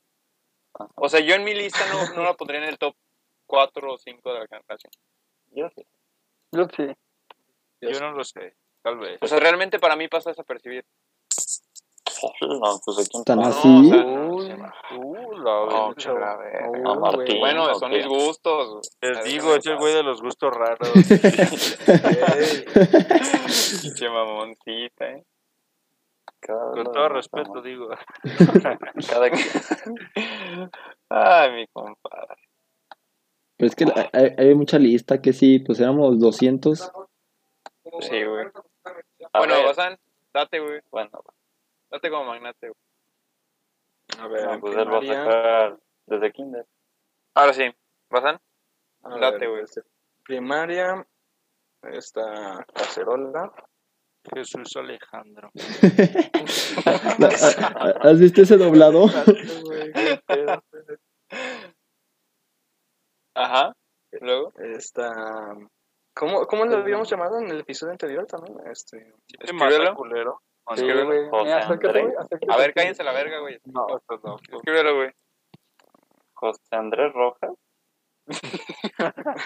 Speaker 1: O sea, yo en mi lista no, no la pondría en el top 4 o 5 de la canción.
Speaker 2: Yo sí. [laughs]
Speaker 3: Yo sí.
Speaker 4: Yo no lo sé, tal vez.
Speaker 1: O sea, realmente para mí pasa desapercibido.
Speaker 2: No, pues aquí
Speaker 5: Tan
Speaker 1: No, o
Speaker 5: así.
Speaker 1: sea,
Speaker 4: Uh, la
Speaker 1: No,
Speaker 4: mucho la verga.
Speaker 3: Uy,
Speaker 2: No,
Speaker 3: güey.
Speaker 2: Martín.
Speaker 1: Bueno,
Speaker 2: ¿o
Speaker 1: son
Speaker 2: qué?
Speaker 1: mis gustos.
Speaker 4: Les
Speaker 1: Ay,
Speaker 4: digo,
Speaker 1: qué
Speaker 4: es el
Speaker 1: pasa.
Speaker 4: güey de los gustos raros.
Speaker 1: [laughs] Pinche mamoncita, eh.
Speaker 2: Cada-
Speaker 4: Con todo respeto, digo.
Speaker 2: Cada quien.
Speaker 1: Ay, mi compadre.
Speaker 5: Pero es que la- hay, hay mucha lista que sí, pues éramos 200.
Speaker 1: Sí, güey.
Speaker 2: A
Speaker 1: Bueno,
Speaker 2: ver,
Speaker 1: Bazán, date, güey.
Speaker 2: Bueno,
Speaker 1: Date como magnate, güey.
Speaker 6: A ver,
Speaker 2: no,
Speaker 6: en
Speaker 2: pues él va a
Speaker 6: primaria,
Speaker 2: sacar desde kinder.
Speaker 1: Ahora sí, Bazán.
Speaker 6: a ver,
Speaker 1: Date, güey.
Speaker 6: este, Primaria, esta cacerola.
Speaker 4: Jesús Alejandro.
Speaker 5: La- a- a- ¿Has visto ese doblado?
Speaker 1: Ajá. Luego.
Speaker 6: Esta. ¿Cómo, ¿Cómo lo habíamos llamado en el episodio anterior también? Este,
Speaker 1: Escríbelo.
Speaker 4: culero.
Speaker 3: Sí,
Speaker 1: Escríbelo.
Speaker 3: güey.
Speaker 2: José
Speaker 3: Mira, acércate, güey,
Speaker 2: Andrés.
Speaker 3: acércate.
Speaker 1: A ver, cállense la verga, güey.
Speaker 3: No,
Speaker 1: Escríbelo, güey.
Speaker 2: José Andrés Rojas.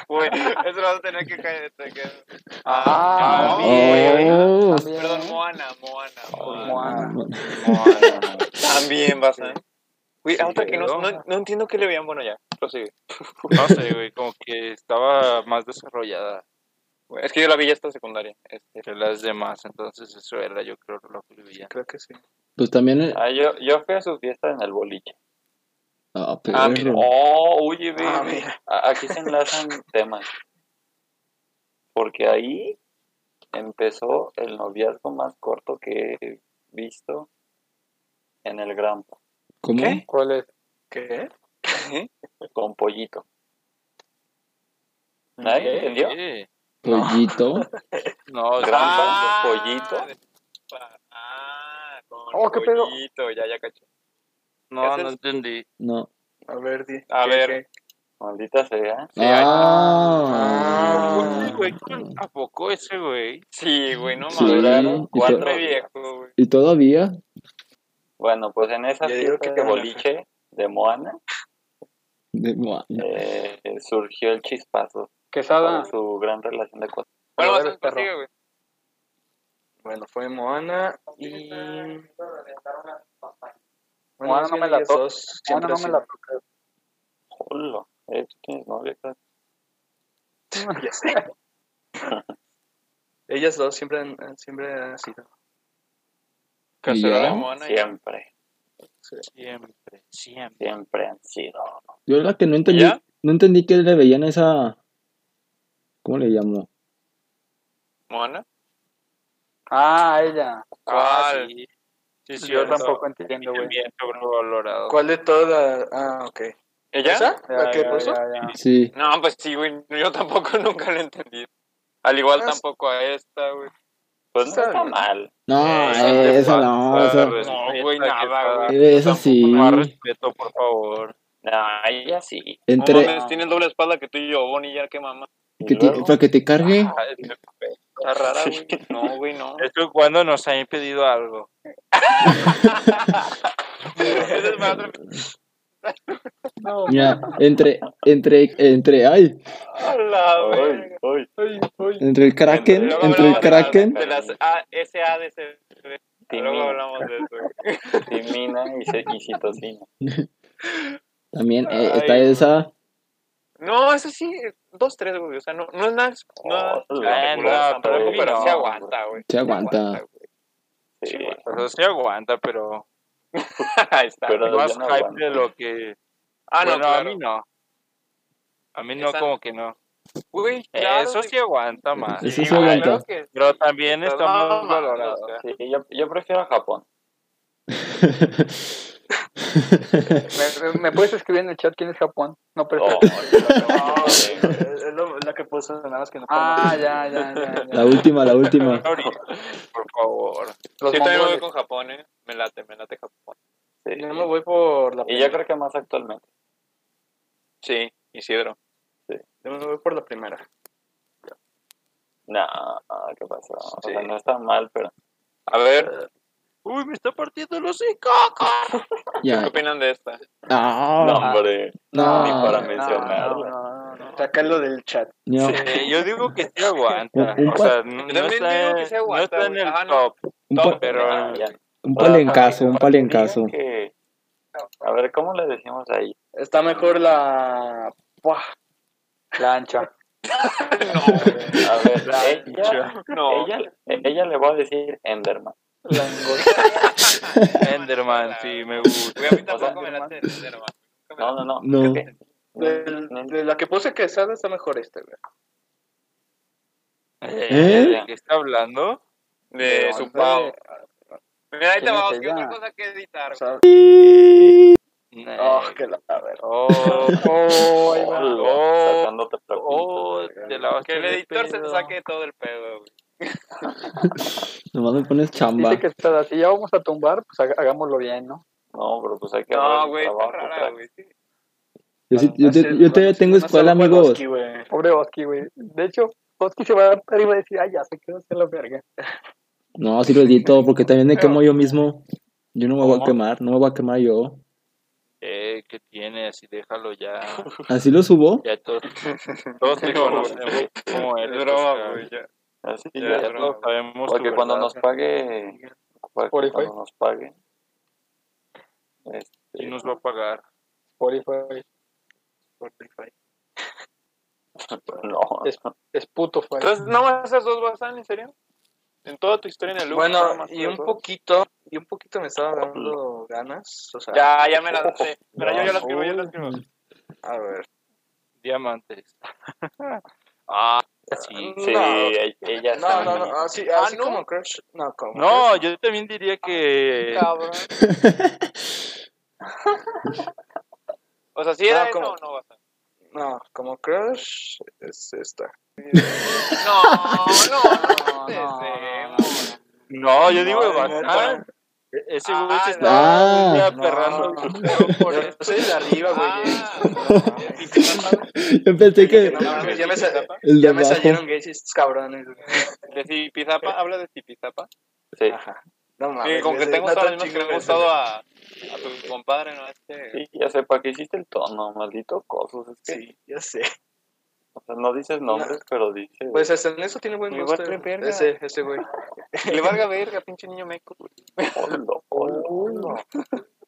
Speaker 1: Güey, eso lo vas a tener que caer. te quedas.
Speaker 3: Ah,
Speaker 1: Ah, bien.
Speaker 5: Oh.
Speaker 3: también.
Speaker 1: Perdón, Moana, Moana. Moana.
Speaker 3: Moana.
Speaker 1: También, Bazán. Güey,
Speaker 7: Ah,
Speaker 4: Sí,
Speaker 1: a otra que no,
Speaker 4: ¿no?
Speaker 1: no, no entiendo que le veían, bueno, ya. Prosigue.
Speaker 4: No sé, güey, como que estaba más desarrollada
Speaker 1: Güey, Es que yo la vi ya hasta secundaria. Este,
Speaker 4: que las demás, entonces eso era, yo creo, lo que vivía.
Speaker 6: creo que sí.
Speaker 5: Pues también, eh,
Speaker 2: Ah, yo, yo fui a su fiesta en el boliche.
Speaker 5: Ah,
Speaker 2: Ah, mira.
Speaker 5: perro.
Speaker 2: Oh, oye, ve,
Speaker 6: Ah,
Speaker 2: ve.
Speaker 6: mira.
Speaker 2: A- Aquí se enlazan temas. Porque ahí empezó el noviazgo más corto que he visto en el Grampa,
Speaker 5: ¿Cómo?
Speaker 1: ¿Qué?
Speaker 6: ¿Cuál es? ¿Qué?
Speaker 2: con pollito. ¿Nadie entendió? Oh,
Speaker 4: Sí.
Speaker 5: Pollito.
Speaker 4: No,
Speaker 2: Grampa, pollito.
Speaker 1: Ah, con
Speaker 3: Oh, qué pedo.
Speaker 1: pollito, ya, ya caché.
Speaker 4: no,
Speaker 1: ¿Qué
Speaker 4: no
Speaker 1: haces?
Speaker 4: entendí.
Speaker 5: No.
Speaker 6: A ver, di.
Speaker 1: A
Speaker 6: ¿Qué,
Speaker 1: ver.
Speaker 6: qué?
Speaker 2: Maldita sea.
Speaker 1: Sí, hay-
Speaker 5: ah.
Speaker 4: Uy, güey, ¿quién- ¿a poco ese güey?
Speaker 1: Sí, güey, no
Speaker 5: Sí,
Speaker 1: mames.
Speaker 2: Duraron
Speaker 5: y, to-
Speaker 1: Re
Speaker 2: cuatro días.
Speaker 1: viejo, güey.
Speaker 5: y todavía.
Speaker 2: Bueno, pues en esa
Speaker 6: Yo digo
Speaker 2: fiesta
Speaker 6: que
Speaker 2: de boliche de Moana
Speaker 5: de- bueno,
Speaker 2: eh, surgió el chispazo
Speaker 3: Quesada.
Speaker 2: con su gran relación de cuatro.
Speaker 1: Bueno,
Speaker 3: A ver,
Speaker 1: vas a
Speaker 3: perro.
Speaker 1: sigue, güey.
Speaker 6: Bueno, fue Moana y. Bueno,
Speaker 3: Moana
Speaker 6: es
Speaker 3: no
Speaker 6: que
Speaker 3: me la
Speaker 6: ellas
Speaker 3: toca.
Speaker 6: dos
Speaker 3: Bueno,
Speaker 6: siempre
Speaker 3: no me la
Speaker 6: hacen-
Speaker 3: tocas.
Speaker 2: Jolo, eh, ¿tú tienes novia? creo?
Speaker 6: Ya sé. [laughs] Ellas dos siempre han, siempre han sido.
Speaker 5: ¿Y
Speaker 1: Cacerola de
Speaker 5: yo?
Speaker 1: mona. y-
Speaker 2: Siempre,
Speaker 4: Siempre, siempre.
Speaker 2: siempre han sido.
Speaker 5: Yo la que no entendí.
Speaker 1: ¿Ya?
Speaker 5: No entendí que le veían esa. ¿Cómo le llamó?
Speaker 1: ¿Mona?
Speaker 3: Ah, ella.
Speaker 1: ¿Cuál?
Speaker 4: sí. Sí, sí,
Speaker 3: Yo
Speaker 4: ahora
Speaker 3: tampoco entiendo, güey.
Speaker 1: Bien sobrevalorado.
Speaker 6: ¿Cuál de todas? Ah, ok.
Speaker 1: ¿Ella?
Speaker 6: ¿Esa?
Speaker 3: Ya,
Speaker 6: ¿La que
Speaker 3: ya,
Speaker 6: puso?
Speaker 3: ya, ya.
Speaker 5: Sí.
Speaker 1: No, pues sí, güey. Yo tampoco [laughs] nunca lo entendí. Al igual
Speaker 6: Ah, sí.
Speaker 1: tampoco a esta, güey.
Speaker 2: Pues no
Speaker 6: Está
Speaker 2: está
Speaker 6: bien.
Speaker 2: mal.
Speaker 5: No,
Speaker 1: Eh,
Speaker 5: esa Ah, no.
Speaker 4: pasa,
Speaker 5: Esa, eh,
Speaker 4: güey.
Speaker 1: No, güey, nada, güey.
Speaker 5: esa sí.
Speaker 4: Más respeto, por favor.
Speaker 2: No, ella sí.
Speaker 1: No
Speaker 5: Entre.
Speaker 1: mames, tienes doble espalda que tú y yo, Bonnie, ya qué mamá.
Speaker 2: Y
Speaker 5: que te-
Speaker 2: luego,
Speaker 5: para que te cargue.
Speaker 1: Ah, es- Está rara, güey. [laughs] No, güey, no.
Speaker 4: Esto cuando nos ha impedido algo.
Speaker 1: Ese es más-
Speaker 5: Mira, entre, entre, entre, ay,
Speaker 1: A la verga.
Speaker 2: Ay, ay,
Speaker 5: entre el Kraken,
Speaker 1: Luego
Speaker 5: entre el
Speaker 1: hablamos de las-
Speaker 5: Kraken,
Speaker 1: De las A- SADCB. Luego
Speaker 2: Timina.
Speaker 1: hablamos de eso, güey.
Speaker 2: timina y, ce- y citocina.
Speaker 5: también eh,
Speaker 1: Ay,
Speaker 5: está
Speaker 1: güey.
Speaker 5: esa,
Speaker 1: No, eso sí, dos, tres, güey. O sea, no, no es nada. No,
Speaker 2: Hola,
Speaker 1: espectacular
Speaker 4: no,
Speaker 1: tampoco,
Speaker 4: pero
Speaker 1: pero
Speaker 4: no,
Speaker 1: sí aguanta, güey.
Speaker 5: se aguanta.
Speaker 2: Sí,
Speaker 4: Pero sí aguanta, pero
Speaker 1: Ahí está.
Speaker 2: Pero yo
Speaker 4: más
Speaker 2: no
Speaker 4: hype
Speaker 2: aguanto.
Speaker 4: de lo que.
Speaker 1: Ah, no,
Speaker 4: Bueno, a
Speaker 1: claro.
Speaker 4: mí no. A mí no,
Speaker 1: Esa-
Speaker 4: como que no.
Speaker 1: Uy,
Speaker 4: Eso sí aguanta más.
Speaker 5: Eso sí
Speaker 1: güey,
Speaker 5: aguanta.
Speaker 1: claro que sí.
Speaker 4: Pero también está
Speaker 1: Pues No,
Speaker 4: más
Speaker 1: mames,
Speaker 4: valorado.
Speaker 1: o sea,
Speaker 2: sí, yo, yo prefiero a Japón.
Speaker 3: ¿Me, me- me puedes escribir en el chat quién es Japón? No, pero.
Speaker 2: Oh,
Speaker 6: No,
Speaker 2: sí.
Speaker 6: [laughs] es es lo- la que puso, nada más que no.
Speaker 3: Ah, ya, ya, ya. ya.
Speaker 5: [laughs] la última, la última.
Speaker 4: Ahorita, por favor.
Speaker 3: Los
Speaker 1: Yo también voy
Speaker 3: mongoles.
Speaker 1: con Japón, eh. Me late, me late Japón.
Speaker 2: sí.
Speaker 6: Yo me voy por la
Speaker 2: Y yo
Speaker 6: primera.
Speaker 2: creo que más actualmente.
Speaker 1: Sí, Isidro.
Speaker 6: Yo me voy por la primera.
Speaker 2: No, ¿qué pasó? O sea, no está mal, pero
Speaker 1: A ver,
Speaker 4: Uy, me está partiendo los hocico.
Speaker 1: ¿qué
Speaker 5: Ya,
Speaker 1: opinan de esta?
Speaker 2: No,
Speaker 5: ah,
Speaker 2: hombre, ni para
Speaker 5: no,
Speaker 2: mencionarlo.
Speaker 6: Sácalo del chat.
Speaker 5: no.
Speaker 4: Eh, yo digo que
Speaker 5: [laughs]
Speaker 4: sí aguanta.
Speaker 5: Un- un
Speaker 4: O
Speaker 5: pa-
Speaker 4: sea, no, no
Speaker 1: también digo que
Speaker 4: está,
Speaker 1: sí aguanta,
Speaker 4: no está en
Speaker 1: güey.
Speaker 4: el
Speaker 1: Ajá, no.
Speaker 4: top.
Speaker 5: un, pa-
Speaker 4: pero-
Speaker 2: No, ya.
Speaker 5: un
Speaker 2: O sea,
Speaker 5: palencazo,
Speaker 2: para-
Speaker 5: un
Speaker 2: para que
Speaker 5: palencazo.
Speaker 2: digan que- A ver, ¿cómo le decimos ahí?
Speaker 6: Está mejor la. ¡Buah!
Speaker 3: La ancha.
Speaker 2: A ver, ella,
Speaker 1: No,
Speaker 2: ella, ella le va a decir Enderman.
Speaker 4: Enderman, sí, me gusta.
Speaker 1: güey, a mí tampoco me late Isidro, man.
Speaker 2: No, no, no.
Speaker 5: No.
Speaker 2: es
Speaker 6: De, de la que puse que Quesada está mejor este, güey.
Speaker 4: Eh,
Speaker 5: ¿Eh?
Speaker 4: ¿De qué está hablando?
Speaker 1: De
Speaker 6: No,
Speaker 1: su
Speaker 6: no.
Speaker 1: pao. Mira, ahí te
Speaker 6: ¿Quién
Speaker 1: va,
Speaker 6: es
Speaker 1: ¿qué otra
Speaker 6: ella?
Speaker 1: cosa que editar?
Speaker 6: O sea,
Speaker 4: Eh,
Speaker 6: oh, que la. A ver.
Speaker 4: Oh,
Speaker 6: Oh, ahí
Speaker 4: [laughs]
Speaker 6: va.
Speaker 2: Hola,
Speaker 4: Oh.
Speaker 2: sacando otra pregunta.
Speaker 4: oh, te la vas
Speaker 1: Que el
Speaker 4: a hacer de
Speaker 1: editor se
Speaker 4: pedo.
Speaker 1: saque todo el pedo, güey.
Speaker 5: Nomás me pones chamba.
Speaker 3: Dice que está así. Ya vamos a tumbar, pues haga- hagámoslo bien, ¿no?
Speaker 2: No, pero pues hay que hablar
Speaker 1: No,
Speaker 2: de
Speaker 1: güey, está
Speaker 2: trabajo,
Speaker 1: rara,
Speaker 2: crack.
Speaker 1: güey. sí.
Speaker 5: Yo, sí- yo te- yo todavía tengo escuela, amigos.
Speaker 3: Pobre Oski, güey. De hecho, Oski se va a dar para arriba y decir, ay, ya se quedó hasta la verga.
Speaker 5: No, sí lo edito, porque también me quemo yo mismo. Yo no me voy a quemar, no me voy a quemar yo.
Speaker 4: Eh, ¿qué tienes? Y déjalo ya.
Speaker 5: Así lo subo.
Speaker 4: Ya todos, todos te conocemos como
Speaker 1: Es
Speaker 4: eres.
Speaker 1: broma,
Speaker 4: Oscar.
Speaker 1: güey. ya.
Speaker 2: Así
Speaker 4: Ya,
Speaker 2: ya.
Speaker 4: ya todos sabemos
Speaker 2: Porque
Speaker 4: tu
Speaker 2: cuando
Speaker 4: verdad.
Speaker 2: nos pague, porque
Speaker 3: Spotify.
Speaker 2: cuando nos pague, este,
Speaker 4: ¿Quién nos va a pagar?
Speaker 3: Spotify.
Speaker 6: Spotify.
Speaker 2: [laughs] no,
Speaker 3: Es- Es puto, fue.
Speaker 1: Entonces, ¿no más esas dos bastan, en serio? En toda tu historia en el loop.
Speaker 6: Bueno,
Speaker 1: nada más
Speaker 6: y
Speaker 1: esas
Speaker 6: un
Speaker 1: dos.
Speaker 6: poquito y un poquito me estaba dando ganas. O sea,
Speaker 1: Ya,
Speaker 6: [laughs]
Speaker 1: ya me la sé. Pero yo, yo las escribo, yo las escribo.
Speaker 6: a ver.
Speaker 4: Diamantes.
Speaker 2: Sí,
Speaker 6: No.
Speaker 2: sí, e- ella
Speaker 6: No,
Speaker 2: sabe.
Speaker 6: no, no. Así,
Speaker 1: Ah,
Speaker 6: así
Speaker 1: ¿no?
Speaker 6: como crush. No, como.
Speaker 4: No, yo también diría que.
Speaker 1: Cabrón. O sea, si era
Speaker 6: No,
Speaker 1: eso
Speaker 6: ¿cómo?
Speaker 1: o no va a ser.
Speaker 6: crush, No, como crush es esta.
Speaker 1: No, no, no.
Speaker 6: no, no,
Speaker 1: empecemos.
Speaker 4: No, yo digo
Speaker 6: No,
Speaker 4: Evanán. E- Ese güey
Speaker 1: Ah,
Speaker 4: se está
Speaker 5: no.
Speaker 4: ya
Speaker 6: No,
Speaker 4: perrando.
Speaker 6: no,
Speaker 1: Por
Speaker 6: Yo
Speaker 1: eso.
Speaker 6: soy de arriba, güey.
Speaker 1: Ah,
Speaker 6: No,
Speaker 1: ¿y qué tal?
Speaker 5: [laughs] Yo pensé que
Speaker 6: no, mames, ya me, sa-
Speaker 5: el de
Speaker 6: ya me
Speaker 5: abajo. [laughs]
Speaker 6: salieron gays estos cabrones. güey.
Speaker 1: ¿De Zipizapa? ¿Habla de Zipizapa?
Speaker 2: Sí,
Speaker 6: Ajá. No mames.
Speaker 1: Sí, con que te
Speaker 6: güey, no
Speaker 1: hemos gustado,
Speaker 6: tan
Speaker 1: no que le
Speaker 6: chingo,
Speaker 1: hemos gustado a, a tu compadre, ¿no? Este,
Speaker 2: sí, ya sé para qué hiciste el tono, maldito cosos. Es que,
Speaker 6: Sí, ya sé.
Speaker 2: o sea, no dices nombres, pero dices.
Speaker 6: Pues hasta en eso tiene buen
Speaker 1: Me
Speaker 6: gusto.
Speaker 1: vale
Speaker 6: güey.
Speaker 1: verga.
Speaker 6: Ese, ese güey.
Speaker 1: que le valga verga, pinche niño meco.
Speaker 2: Hola, hola, hola.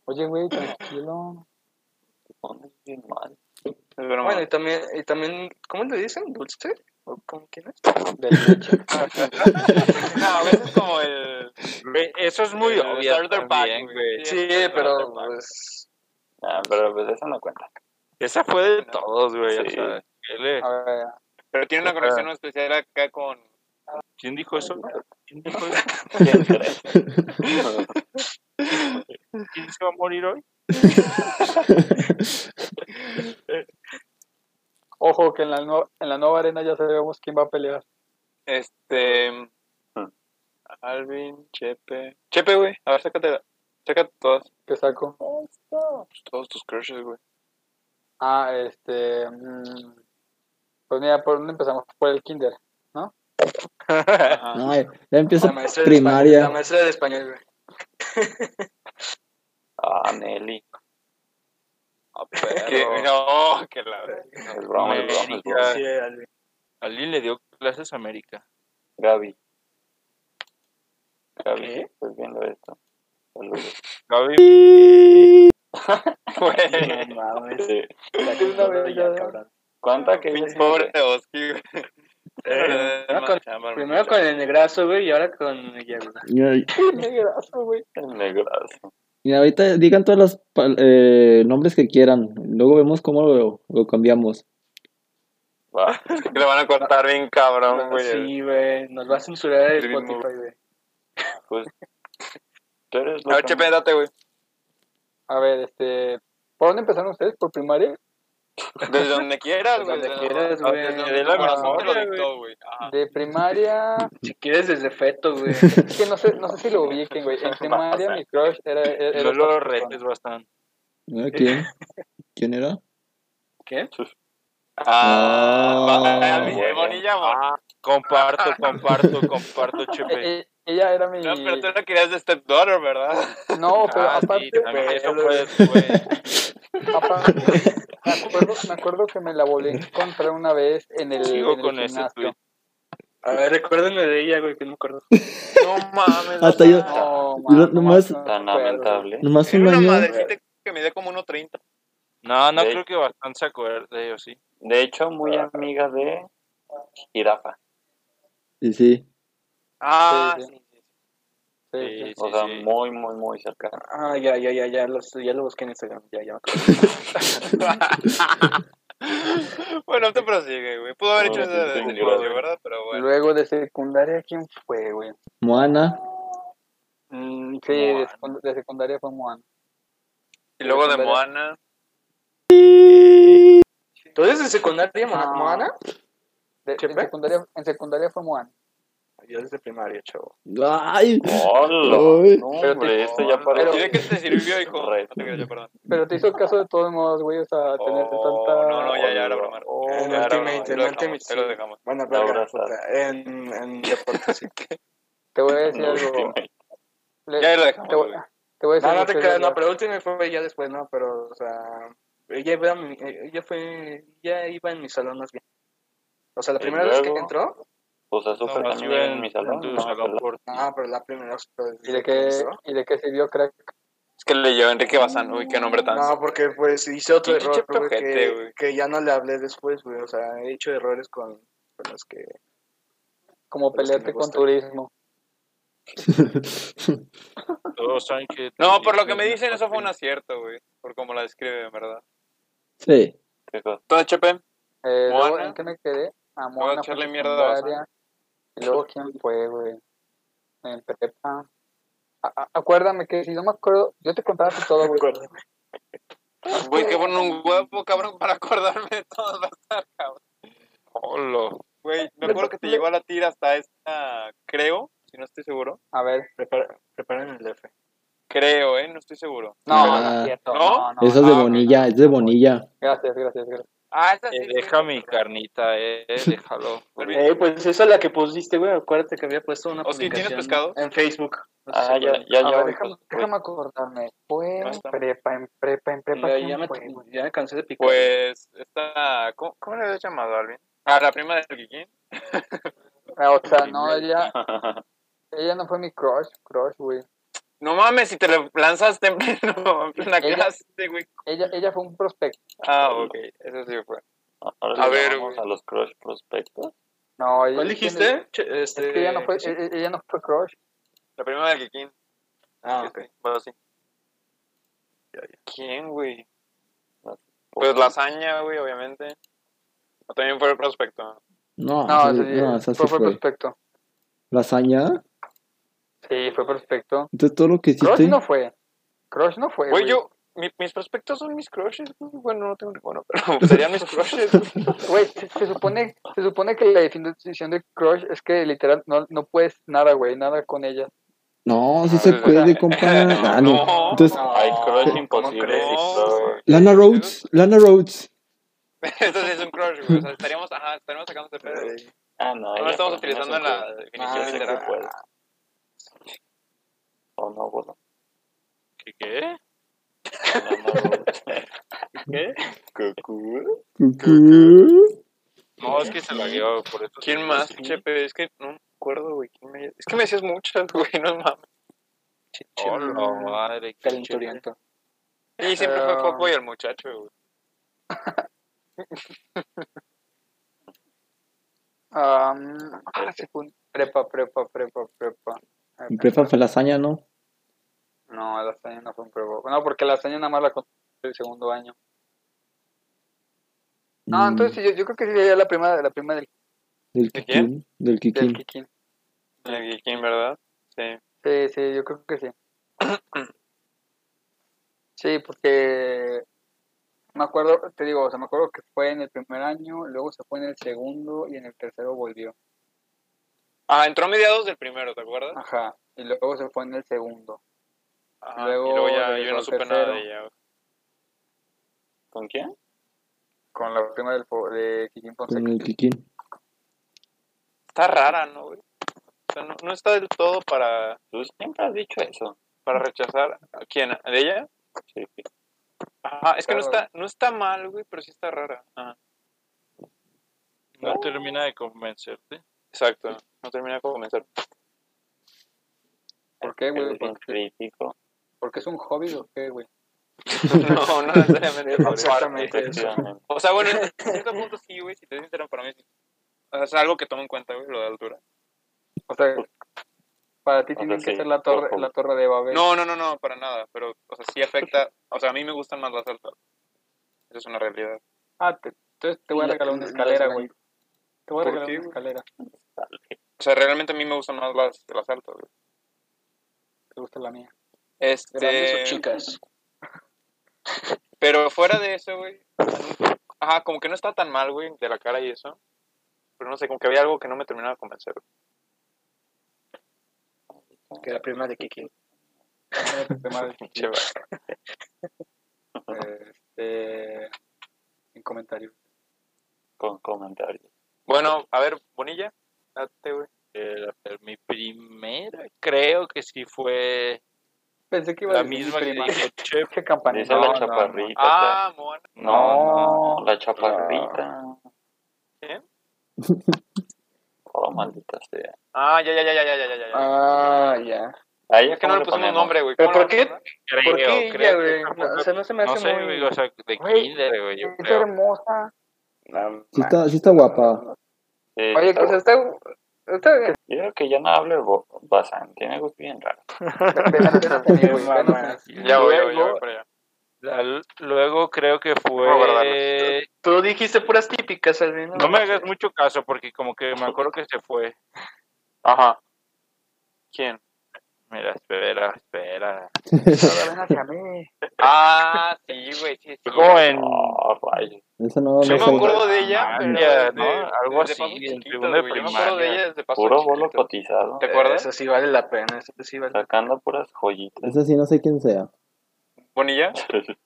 Speaker 3: Oye, güey, tranquilo.
Speaker 2: pones bien mal.
Speaker 1: Es broma.
Speaker 6: Bueno, y también, y también, ¿cómo le dicen? ¿Dulce? ¿O cómo quién es?
Speaker 1: no, a veces como el...
Speaker 4: Güey, Eso es muy
Speaker 1: el
Speaker 4: obvio.
Speaker 1: starter pack,
Speaker 4: también,
Speaker 1: güey.
Speaker 6: Sí,
Speaker 1: el starter
Speaker 6: pero
Speaker 1: pack.
Speaker 6: pues.
Speaker 2: Ah, pero pues eso no cuenta.
Speaker 4: Esa fue de todos, güey. o
Speaker 2: Sí.
Speaker 4: sea, ¿qué le-
Speaker 3: A ver,
Speaker 1: Pero tiene
Speaker 6: Ah.
Speaker 1: una conexión especial acá con...
Speaker 4: ¿Quién dijo eso? ¿Quién dijo eso?
Speaker 2: ¿Quién crees?
Speaker 4: ¿Quién se va a morir hoy?
Speaker 3: ojo que en la, no- en la nueva arena ya sabemos quién va a pelear.
Speaker 1: Este...
Speaker 6: Ah.
Speaker 1: Alvin, Chepe... Chepe, güey, a ver, sácate, sácate todas,
Speaker 3: ¿Qué saco?
Speaker 1: todos tus crushes, güey.
Speaker 3: Ah, este. mm, Pues mira, ¿por dónde empezamos? Por el Kinder.
Speaker 1: Ajá.
Speaker 5: Ay, ya empieza
Speaker 6: La maestra de español-
Speaker 5: primaria.
Speaker 6: La maestra de español, güey.
Speaker 2: Ah, Nelly. Ah,
Speaker 1: Que- No, que la...
Speaker 2: Es broma, es broma, es broma.
Speaker 6: Oh, Sí, [laughs] Alvin.
Speaker 4: Ali le dio clases a América.
Speaker 2: Gaby. Gaby, estás viendo esto. Saludos.
Speaker 4: Gaby,
Speaker 1: Güey,
Speaker 7: No
Speaker 2: [laughs]
Speaker 7: mames.
Speaker 2: Sí.
Speaker 7: La que
Speaker 3: Una vez
Speaker 7: ya,
Speaker 3: ya-
Speaker 7: cabrón.
Speaker 2: Cuenta que ella
Speaker 1: pinche
Speaker 2: sí-
Speaker 1: pobre de Oski, güey.
Speaker 6: no, con- Primero con el negrazo, güey, y ahora con ella, güey.
Speaker 5: Y,
Speaker 2: el negrazo.
Speaker 5: y ahorita digan todos los pal- eh, nombres que quieran. Luego vemos cómo lo, lo cambiamos.
Speaker 2: Va.
Speaker 1: Que le van a cortar bien cabrón, güey.
Speaker 6: Sí, güey, nos va a censurar el
Speaker 1: Dream
Speaker 6: Spotify, güey.
Speaker 2: Pues. Tú eres
Speaker 1: A ver,
Speaker 2: loco,
Speaker 1: Chepe, date, güey.
Speaker 3: A ver, este. ¿Por dónde empezaron ustedes? ¿Por primaria?
Speaker 1: Desde donde quieras, güey.
Speaker 6: Donde
Speaker 1: desde
Speaker 6: quieras,
Speaker 1: donde-
Speaker 6: güey.
Speaker 1: Desde donde
Speaker 4: De la
Speaker 1: tu corazón te lo
Speaker 4: memoria,
Speaker 1: dictó, güey. Ajá.
Speaker 3: De primaria.
Speaker 6: Si quieres desde feto, güey.
Speaker 3: Es que no sé, no sé si lo ubiquen, güey. En primaria mi crush era. era- era
Speaker 4: no
Speaker 3: otra
Speaker 4: lo
Speaker 3: persona.
Speaker 4: retes bastante.
Speaker 5: ¿Ah, ¿Quién? ¿Quién era?
Speaker 1: Ah,
Speaker 5: Ah,
Speaker 1: ah,
Speaker 2: güey.
Speaker 1: Bonilla, amor.
Speaker 4: Comparto, comparto, comparto, Chepe.
Speaker 3: [laughs] Eh, eh, ella era mi.
Speaker 1: No, pero tú no querías de Stepdaughter, ¿verdad?
Speaker 3: No, pero
Speaker 4: Ah,
Speaker 3: aparte,
Speaker 4: sí, también
Speaker 3: güey,
Speaker 4: eso fue después.
Speaker 3: [laughs] aparte, me, acuerdo, me acuerdo que me la volví a encontrar una vez en el,
Speaker 4: Sigo
Speaker 3: en el
Speaker 4: con ese
Speaker 3: gimnasio.
Speaker 4: tuit.
Speaker 6: A ver, recuérdenme de ella, güey, que no me acuerdo.
Speaker 1: No mames.
Speaker 5: Hasta yo- Ah,
Speaker 3: No,
Speaker 5: Yo
Speaker 3: man,
Speaker 5: nomás-
Speaker 3: no me
Speaker 2: Tan
Speaker 3: acuerdo.
Speaker 2: lamentable.
Speaker 5: Nomás
Speaker 1: Era
Speaker 5: un
Speaker 1: una
Speaker 5: año.
Speaker 1: madrecita que me dio como 1.30.
Speaker 4: No, no
Speaker 2: Sí.
Speaker 4: creo que bastante se acuerde, o sí.
Speaker 2: De hecho, muy amiga de Jirafa.
Speaker 5: Y sí.
Speaker 1: Ah,
Speaker 3: Sí, sí.
Speaker 1: sí.
Speaker 3: Sí, sí.
Speaker 4: Sí,
Speaker 2: O
Speaker 4: sí,
Speaker 2: sea,
Speaker 4: sí.
Speaker 2: muy, muy, muy cercana.
Speaker 6: Ah, ya, ya, ya, ya, los, ya lo busqué en Instagram, ya, ya me acuerdo.
Speaker 1: Bueno, te prosigue, güey. Pudo haber hecho
Speaker 2: No,
Speaker 1: eso
Speaker 2: sí,
Speaker 1: desde
Speaker 2: sí,
Speaker 1: el
Speaker 2: claro.
Speaker 1: inicio, ¿verdad? Pero bueno.
Speaker 3: Luego de secundaria, ¿quién fue, güey?
Speaker 5: Moana.
Speaker 3: Mm, sí, de, secund- de secundaria fue Moana.
Speaker 1: Y luego de Moana.
Speaker 6: ¿Tú eres de secundaria, Mona-
Speaker 3: Ah.
Speaker 6: Moana?
Speaker 3: De-
Speaker 6: ¿Qué
Speaker 3: en,
Speaker 6: fue?
Speaker 3: secundaria en secundaria fue Moana.
Speaker 6: Yo desde primaria, chavo.
Speaker 5: Ay.
Speaker 2: ¡Hola!
Speaker 5: Ay.
Speaker 2: No,
Speaker 3: Pero
Speaker 2: hombre, esto
Speaker 1: Moana.
Speaker 2: ya parece.
Speaker 1: Diré que te sirvió, hijo.
Speaker 2: [laughs]
Speaker 1: No
Speaker 2: Re-
Speaker 1: te creas, ya, perdón.
Speaker 3: Pero te hizo caso de todos modos, güey, o sea, tener
Speaker 1: Oh,
Speaker 3: tanta...
Speaker 1: No, no, ya, ya, era broma.
Speaker 6: Oh,
Speaker 1: Ya,
Speaker 6: el
Speaker 1: ya era
Speaker 6: Ultimate,
Speaker 1: broma. Ahí
Speaker 6: el
Speaker 1: lo dejamos,
Speaker 6: Ultimate,
Speaker 1: ahí lo
Speaker 6: sí.
Speaker 1: dejamos.
Speaker 6: Bueno,
Speaker 2: La
Speaker 6: verga,
Speaker 2: abrazas.
Speaker 6: puta, en, en deportes, [laughs] sí.
Speaker 3: Te voy a decir
Speaker 2: no,
Speaker 3: algo.
Speaker 2: dime.
Speaker 3: Le-
Speaker 1: Ya lo
Speaker 3: te,
Speaker 1: dejamos,
Speaker 3: voy,
Speaker 1: güey.
Speaker 3: te voy a decir
Speaker 6: No, no
Speaker 3: algo
Speaker 6: te
Speaker 3: que
Speaker 6: creas,
Speaker 3: ya-
Speaker 6: no, pero último fue ya después, no, pero, o sea, ella iba, a mi- ella fue, ella iba en mi salón más bien. O sea, la
Speaker 2: Y
Speaker 6: primera vez que
Speaker 2: luego-
Speaker 6: entró,
Speaker 2: O sea, súper
Speaker 4: Nomás
Speaker 2: amiga
Speaker 4: iba
Speaker 2: en mi salón.
Speaker 4: tu
Speaker 2: no,
Speaker 4: salón
Speaker 2: la-
Speaker 4: por ti.
Speaker 6: ah, pero la primera vez
Speaker 3: ¿Y de qué,
Speaker 6: entró.
Speaker 3: ¿Y de qué sirvió crack?
Speaker 1: Es que le llevó Enrique Bazán. Uy, qué nombre tan.
Speaker 6: No, porque pues hice otro
Speaker 1: Pinche
Speaker 6: error,
Speaker 1: chepe
Speaker 6: güey,
Speaker 1: ojete,
Speaker 6: que,
Speaker 1: güey.
Speaker 6: que ya no le hablé después, güey, o sea, he hecho errores con, con los que...
Speaker 3: Como
Speaker 6: Pero es que
Speaker 3: pelearte
Speaker 6: me
Speaker 3: con
Speaker 6: gusta.
Speaker 3: turismo.
Speaker 4: Todos saben que.
Speaker 1: No, por lo que me dicen, eso fue un acierto, güey. Por cómo la describe, en verdad.
Speaker 5: Sí.
Speaker 2: ¿Qué cosa?
Speaker 1: Entonces, Chepe,
Speaker 3: Eh, luego,
Speaker 1: Moana.
Speaker 3: ¿En qué me quedé? A
Speaker 1: Voy a
Speaker 3: Moana.
Speaker 1: echarle
Speaker 3: fue
Speaker 1: mierda a Bazán.
Speaker 3: secundaria. Y luego, ¿quién fue, güey? En prepa. A- a- acuérdame que si no me acuerdo, yo te contaba tú todo, güey.
Speaker 1: güey, que ponen un huevo, cabrón, para acordarme de todo. va a estar, cabrón.
Speaker 4: Hola.
Speaker 1: Güey, me acuerdo que te llegó a la tira hasta esta, creo, si no estoy seguro.
Speaker 3: A ver.
Speaker 6: Prepara- preparen el F.
Speaker 1: Creo, ¿eh? No estoy seguro.
Speaker 3: No, no
Speaker 5: Ah.
Speaker 3: es cierto.
Speaker 1: ¿No?
Speaker 3: No, no.
Speaker 5: Esa es de
Speaker 1: ah,
Speaker 5: Bonilla, es de Bonilla.
Speaker 3: Gracias, gracias, gracias.
Speaker 1: Ah, esa sí.
Speaker 4: Eh,
Speaker 1: sí.
Speaker 4: deja mi carnita,
Speaker 1: [laughs]
Speaker 4: eh. Déjalo.
Speaker 6: Eh, pues esa es la que pusiste, güey. Acuérdate que había puesto una
Speaker 1: Oski, ¿tienes
Speaker 6: publicación
Speaker 1: pescado?
Speaker 6: en Facebook. No sé si
Speaker 2: Ah,
Speaker 6: se
Speaker 2: ya,
Speaker 6: acuerdan.
Speaker 2: ya,
Speaker 3: A
Speaker 2: ya.
Speaker 3: ver, déjame, déjame acordarme. Fue
Speaker 1: No
Speaker 3: en
Speaker 1: está.
Speaker 3: prepa, en prepa, en prepa.
Speaker 6: Ya,
Speaker 3: ¿quién
Speaker 6: ya me,
Speaker 3: fue, güey?
Speaker 6: ya me cansé de picar.
Speaker 1: Pues, esta. ¿Cómo, cómo le había llamado a alguien? A la prima del Kikín.
Speaker 3: Ah, o sea, no, ella, ella no fue mi crush, crush, güey.
Speaker 1: No mames, si te le lanzaste en pleno- en plena
Speaker 3: Ella-
Speaker 1: clase, güey.
Speaker 3: Ella, ella fue un prospecto.
Speaker 1: Ah, ok, eso sí fue.
Speaker 2: Ahora
Speaker 1: A
Speaker 2: a
Speaker 1: ver,
Speaker 2: ver,
Speaker 1: güey.
Speaker 2: a los crush prospectos.
Speaker 3: No, ella,
Speaker 6: ¿Cuál dijiste? Che,
Speaker 3: Es que ella
Speaker 1: Eh,
Speaker 3: no fue,
Speaker 6: este,
Speaker 3: e- e- ella no fue crush.
Speaker 1: La prima del Kikín.
Speaker 6: Ah, ok.
Speaker 1: Bueno, sí. ¿Quién, güey? Pues
Speaker 2: Pues
Speaker 1: lasaña, güey, obviamente. O también fue el prospecto.
Speaker 5: No,
Speaker 3: No,
Speaker 5: esa,
Speaker 3: ese-
Speaker 5: no, esa Ah, sí
Speaker 3: fue, fue
Speaker 5: fue.
Speaker 3: prospecto.
Speaker 5: ¿Lasaña?
Speaker 3: Sí, fue prospecto.
Speaker 5: Entonces todo lo que
Speaker 3: Crush
Speaker 5: hiciste.
Speaker 3: no fue. Crush no fue,
Speaker 1: Güey,
Speaker 3: güey.
Speaker 1: yo. mi- mis prospectos son mis crushes, güey. Bueno, no tengo ninguno, pero pues, serían mis crushes. güey.
Speaker 3: Güey, se, se supone, se supone que la definición de crush es que literal no, no puedes nada, güey, nada con ella.
Speaker 5: No, sí
Speaker 1: A
Speaker 5: se
Speaker 1: ver,
Speaker 5: puede,
Speaker 1: espera.
Speaker 5: compa. Ah, no.
Speaker 1: No,
Speaker 5: Entonces,
Speaker 2: Hay
Speaker 1: Ah,
Speaker 2: crush
Speaker 6: ¿cómo
Speaker 2: imposible.
Speaker 6: crees?
Speaker 2: crush.
Speaker 5: Lana Rhodes, Lana Rhodes.
Speaker 1: Eso sí es un crush, güey. O sea, estaríamos, ajá, estaríamos sacando ese pedo. güey.
Speaker 2: Ah, no.
Speaker 1: No
Speaker 2: ella
Speaker 1: estamos
Speaker 2: por lo menos
Speaker 1: utilizando
Speaker 2: es un
Speaker 1: la
Speaker 2: crush.
Speaker 1: definición
Speaker 4: Ah,
Speaker 2: Yo sé
Speaker 1: literal.
Speaker 2: que puede. O no, bueno.
Speaker 4: ¿Qué? qué?
Speaker 1: ¿Qué?
Speaker 2: Cucú.
Speaker 5: Cucú.
Speaker 4: No, es que se la dio. Por eso
Speaker 1: ¿Quién más, Chepe? Es que no me acuerdo, güey. ¿Quién me- Es que me decías muchas, [laughs] güey, no mames.
Speaker 4: Hola, madre. qué chévere.
Speaker 6: Calenturiento.
Speaker 1: Y siempre fue Coco y el muchacho, güey.
Speaker 3: Ah, mm, ah, se fue un- prepa, prepa, prepa, prepa.
Speaker 5: En prepa fue lasaña, ¿no?
Speaker 3: No, la hazaña no fue un pruebo. No, porque la hazaña nada más la conté el segundo año. No,
Speaker 5: Mm,
Speaker 3: entonces sí, yo, yo creo que sería la prima, la prima del,
Speaker 5: Del
Speaker 1: ¿De
Speaker 5: Kikín. Del
Speaker 3: del
Speaker 5: Kikín.
Speaker 3: Kikín.
Speaker 1: El ¿Quién, verdad? Sí.
Speaker 3: Sí, sí, yo creo que sí. [clears throat] Sí, porque me acuerdo, te digo, o sea, me acuerdo que fue en el primer año, luego se fue en el segundo y en el tercero volvió.
Speaker 1: Ah, entró a mediados del primero, ¿te acuerdas?
Speaker 3: Ajá. Y luego se fue en el segundo.
Speaker 1: Ajá.
Speaker 3: Luego
Speaker 1: y luego ya
Speaker 3: regresó
Speaker 1: yo no
Speaker 3: al
Speaker 1: supe
Speaker 3: tercero.
Speaker 1: nada de ella. güey.
Speaker 2: ¿Con quién?
Speaker 3: Con la prima del, fo- de Kikín
Speaker 5: Con
Speaker 3: Fonseca.
Speaker 5: el Kikín.
Speaker 1: Está rara, ¿no, güey? O sea, no, no está del todo para,
Speaker 2: Tú siempre has dicho eso.
Speaker 1: para rechazar. ¿A quién? ¿De ella?
Speaker 2: Sí.
Speaker 1: Ajá, es que no
Speaker 3: Está rara.
Speaker 1: está, no está mal, güey, pero sí está rara. Ajá.
Speaker 4: No termina de convencerte.
Speaker 1: Exacto. No termina de comenzar.
Speaker 3: ¿Por qué, güey?
Speaker 2: Eres bien
Speaker 3: ¿Por qué?
Speaker 2: crítico.
Speaker 3: ¿Porque es un hobby o qué, güey?
Speaker 1: [laughs] No, no necesariamente. por eso.
Speaker 6: Exactamente. eso.
Speaker 2: Efectivamente.
Speaker 1: O sea, bueno, en cierto punto sí, güey, si te dicen sincero, para mí sí. O sea, es algo que tomo en cuenta, güey, lo de altura.
Speaker 3: O sea, para ti
Speaker 2: O sea,
Speaker 3: tiene que
Speaker 2: sí,
Speaker 3: ser la torre,
Speaker 2: ojo.
Speaker 3: la torre de Babel.
Speaker 1: No, no, no, no, para nada, pero, o sea, sí afecta, o sea, a mí me gustan más las altas. Esa es una realidad.
Speaker 3: Ah, te, entonces te voy a regalar una escalera, güey. Te voy a
Speaker 1: ¿Por
Speaker 3: regalar
Speaker 1: qué,
Speaker 3: una escalera.
Speaker 1: O sea, realmente a mí me gustan más las, las altas, güey.
Speaker 3: Te gusta la mía.
Speaker 6: Grandes o
Speaker 1: Este,
Speaker 6: chicas.
Speaker 1: pero fuera de eso, güey, ajá, como que no está tan mal, güey, de la cara y eso. Pero no sé, como que había algo que no me terminaba de convencer. güey.
Speaker 6: Que la prima de Kiki.
Speaker 3: El tema de-
Speaker 1: Che, güey.
Speaker 3: este, en comentario.
Speaker 2: Con comentarios.
Speaker 1: Bueno, a ver, Bonilla, date, güey.
Speaker 4: Eh, a ver, mi primera, creo que sí fue
Speaker 3: Pensé que iba a
Speaker 4: la
Speaker 3: decir mi
Speaker 4: misma que
Speaker 3: prima.
Speaker 4: dijo Chepe.
Speaker 3: Che campanita.
Speaker 2: Dice la
Speaker 3: No, no,
Speaker 2: chaparrita.
Speaker 1: Ah, Moana.
Speaker 2: o sea, no, no, la chaparrita.
Speaker 1: ¿Eh?
Speaker 2: Oh, maldita sea.
Speaker 1: Ah, ya, ya, ya, ya, ya, ya, ya, ya. ya.
Speaker 6: Ah, ya.
Speaker 2: ¿A ella
Speaker 1: es que no
Speaker 2: cómo
Speaker 1: le pusimos
Speaker 2: ponemos?
Speaker 1: nombre, güey.
Speaker 6: ¿Pero
Speaker 1: ¿Cómo
Speaker 6: por
Speaker 1: le
Speaker 6: qué?
Speaker 1: vamos a poner?
Speaker 4: Creo,
Speaker 6: ¿Por qué ella,
Speaker 4: creo que
Speaker 6: güey?
Speaker 4: fue
Speaker 6: No, O sea, Ah, no se me
Speaker 4: No
Speaker 6: hace
Speaker 4: sé,
Speaker 6: muy...
Speaker 4: güey, o sea, de
Speaker 3: Güey,
Speaker 4: kinder, güey, yo
Speaker 3: Es
Speaker 4: creo.
Speaker 3: hermosa.
Speaker 6: Ah.
Speaker 5: Sí está, sí está guapa.
Speaker 2: Sí,
Speaker 3: Oye, pues, este,
Speaker 2: está
Speaker 3: o sea,
Speaker 2: bueno.
Speaker 3: está, Está bien.
Speaker 2: Yo creo que ya no hable bo- Bazán, tiene gusto bien raro.
Speaker 1: Ya voy, ya voy, ya voy para allá.
Speaker 4: La- luego creo que
Speaker 1: Robert
Speaker 4: fue...
Speaker 6: Tú dijiste puras típicas, Alvin.
Speaker 4: No me hagas mucho caso porque como que me acuerdo que se fue.
Speaker 1: Ajá. ¿Quién?
Speaker 4: Mira, espera, espera.
Speaker 6: ven hacia mí.
Speaker 1: Ah, sí, güey, sí, sí.
Speaker 4: Fue como en...
Speaker 2: Oh, rayos.
Speaker 5: Eso no, no
Speaker 1: Yo me
Speaker 5: sé.
Speaker 1: acuerdo de ella, pero
Speaker 4: Primaria,
Speaker 1: desde-
Speaker 4: ¿no?
Speaker 1: desde
Speaker 4: Algo así,
Speaker 1: Pasos
Speaker 4: en
Speaker 1: Chiquitos,
Speaker 4: segundo de
Speaker 1: güey. Yo me acuerdo de
Speaker 4: primaria.
Speaker 1: ella desde Pasos
Speaker 2: Puro bolo
Speaker 1: Chiquitos.
Speaker 2: cotizado,
Speaker 1: ¿Te acuerdas?
Speaker 6: Eso sí vale la pena, eso sí vale la
Speaker 2: sacando puras
Speaker 3: [laughs]
Speaker 2: joyitas.
Speaker 5: Eso sí, no sé quién sea.
Speaker 1: eh, ¿Bonilla?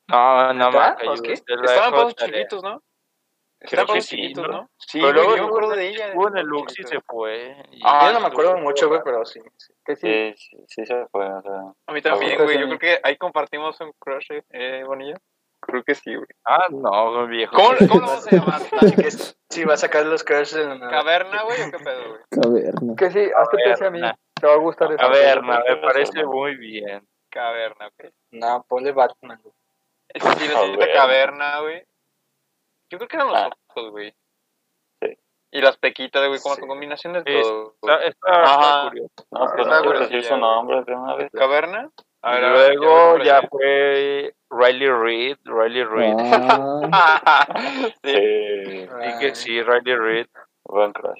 Speaker 4: No, no me
Speaker 6: ¿Verdad?
Speaker 4: cayó.
Speaker 6: ¿O qué?
Speaker 1: Estaban Pasos Chiquitos, ¿no? Estaban
Speaker 4: que
Speaker 1: Pasos
Speaker 4: sí,
Speaker 1: Chiquitos,
Speaker 4: ¿no?
Speaker 1: ¿no? Sí,
Speaker 4: Pero
Speaker 1: güey,
Speaker 4: luego
Speaker 1: yo me acuerdo de ella.
Speaker 4: Estuvo en
Speaker 1: desde
Speaker 4: el
Speaker 1: Pasos
Speaker 4: Lux y se
Speaker 1: Chiquitos.
Speaker 4: fue. Y-
Speaker 6: Ah, yo no me acuerdo mucho, güey, pero sí. sí.
Speaker 3: Que
Speaker 4: Eh,
Speaker 3: sí.
Speaker 2: Sí, sí, sí se fue, o sea,
Speaker 1: A mí también,
Speaker 3: Ahorita
Speaker 1: güey.
Speaker 3: se
Speaker 1: Yo
Speaker 3: me-
Speaker 1: creo que ahí compartimos un crush, eh, eh, Bonilla. Creo que sí, güey.
Speaker 4: Ah, no, viejo.
Speaker 1: ¿Cómo, ¿Cómo lo vamos a [laughs] llamar?
Speaker 6: Así [laughs] que sí, va a sacar los crashes de la nada.
Speaker 1: ¿Caverna, güey, o qué pedo, güey?
Speaker 5: Caverna.
Speaker 3: Que sí, hazte
Speaker 4: ver,
Speaker 3: pese a mí.
Speaker 4: na.
Speaker 3: Te va a gustar eso.
Speaker 4: A ver,
Speaker 2: no,
Speaker 4: me parece muy bien.
Speaker 1: Caverna, ok.
Speaker 6: No, ponle Batman. güey.
Speaker 1: Sí, la señorita
Speaker 2: Caverna.
Speaker 1: Caverna, güey. Yo creo que eran los
Speaker 2: Ah.
Speaker 1: ojos, güey.
Speaker 2: Sí.
Speaker 1: Y las pequitas, güey, como
Speaker 6: Sí.
Speaker 1: tu combinación de
Speaker 4: Sí,
Speaker 1: todo. güey.
Speaker 4: Está, está- está
Speaker 1: Ajá.
Speaker 4: curioso.
Speaker 2: No, pues
Speaker 1: Ah,
Speaker 2: no quiero
Speaker 1: bueno,
Speaker 2: decir
Speaker 1: sí,
Speaker 2: su
Speaker 1: ya.
Speaker 2: nombre de una vez.
Speaker 1: ¿Caverna? A ver, a ver,
Speaker 4: Luego
Speaker 1: voy
Speaker 4: ya
Speaker 1: por
Speaker 4: fue Riley Reid, Riley Reid.
Speaker 1: [laughs]
Speaker 5: Ah,
Speaker 1: allá. [laughs] sí.
Speaker 2: Sí,
Speaker 4: Y
Speaker 6: Ah,
Speaker 4: que sí, Riley Reid.
Speaker 2: buen crush.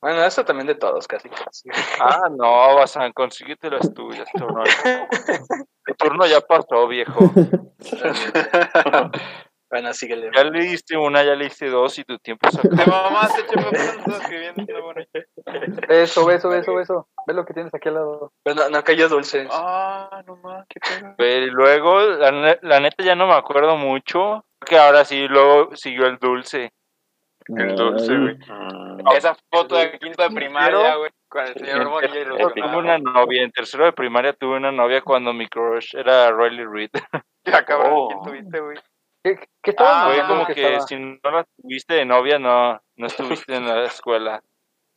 Speaker 6: Bueno, eso también de todos, casi. casi.
Speaker 4: Ah, no, Bazán, consíguete las tuyas, turno. El turno ya pasó, viejo.
Speaker 6: [laughs] bueno, síguele.
Speaker 4: Ya le diste una, ya le diste dos y tu tiempo se
Speaker 1: [laughs] Te [laughs]
Speaker 4: acabó.
Speaker 1: mamaste, chepe, estás escribiendo, bueno.
Speaker 3: Beso, beso, beso, beso. Ve lo que tienes aquí al lado.
Speaker 6: Pero no, no cayó dulce.
Speaker 1: Ah, no más, qué pedo.
Speaker 4: Pero y luego, la, ne- la neta ya no me acuerdo mucho. Que ahora sí, luego siguió el dulce.
Speaker 1: El dulce,
Speaker 5: ay.
Speaker 1: güey.
Speaker 2: Mm,
Speaker 1: Esa foto de quinto de primaria, güey, con el señor Bonilla y los
Speaker 2: Épico.
Speaker 4: Tuve
Speaker 1: demás.
Speaker 4: una novia, en tercero de primaria tuve una novia cuando mi crush era Riley Reid.
Speaker 1: Ya, cabrón,
Speaker 2: Oh.
Speaker 1: ¿quién tuviste, güey?
Speaker 3: ¿Qué, qué estaba
Speaker 1: Ah,
Speaker 4: Fue
Speaker 3: hablando
Speaker 4: como
Speaker 3: que
Speaker 4: que
Speaker 3: estaba?
Speaker 4: si no la tuviste de novia, no, no estuviste en la escuela.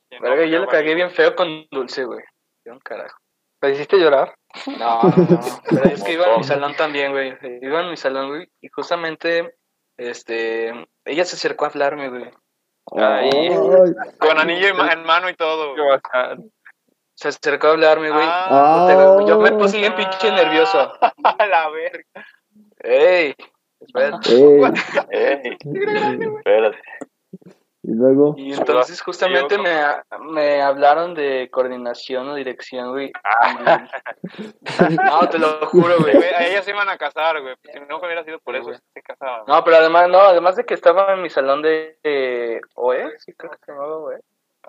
Speaker 1: ¿Quién
Speaker 6: Verga, yo
Speaker 1: no?
Speaker 6: la cagué bien feo con dulce, güey. Qué un carajo.
Speaker 3: ¿La hiciste llorar?
Speaker 6: No, no, no. Pero es que
Speaker 2: Como
Speaker 6: iba a mi
Speaker 2: todo.
Speaker 6: salón también, güey. Iba a mi salón, güey. Y justamente, este, ella se acercó a hablarme, güey. ah,
Speaker 4: Ahí.
Speaker 5: Ay.
Speaker 1: Con anillo y ma- en mano y todo. güey.
Speaker 6: Se acercó a hablarme, güey.
Speaker 1: Ah.
Speaker 6: Puta, güey, Yo me puse bien pinche nervioso.
Speaker 1: A la verga.
Speaker 6: Ey, espera. [laughs]
Speaker 5: Ey,
Speaker 2: ey, eh, espérate.
Speaker 5: y luego,
Speaker 6: Y entonces justamente me, me hablaron de coordinación o dirección, güey. No, te lo juro, güey.
Speaker 1: Güey, a ellas se iban a casar, güey. Pues, Si no hubiera sido por eso, se casaban.
Speaker 6: No, pero además, no, además de que estaba en mi salón de eh, OE, sí creo que se llamaba E.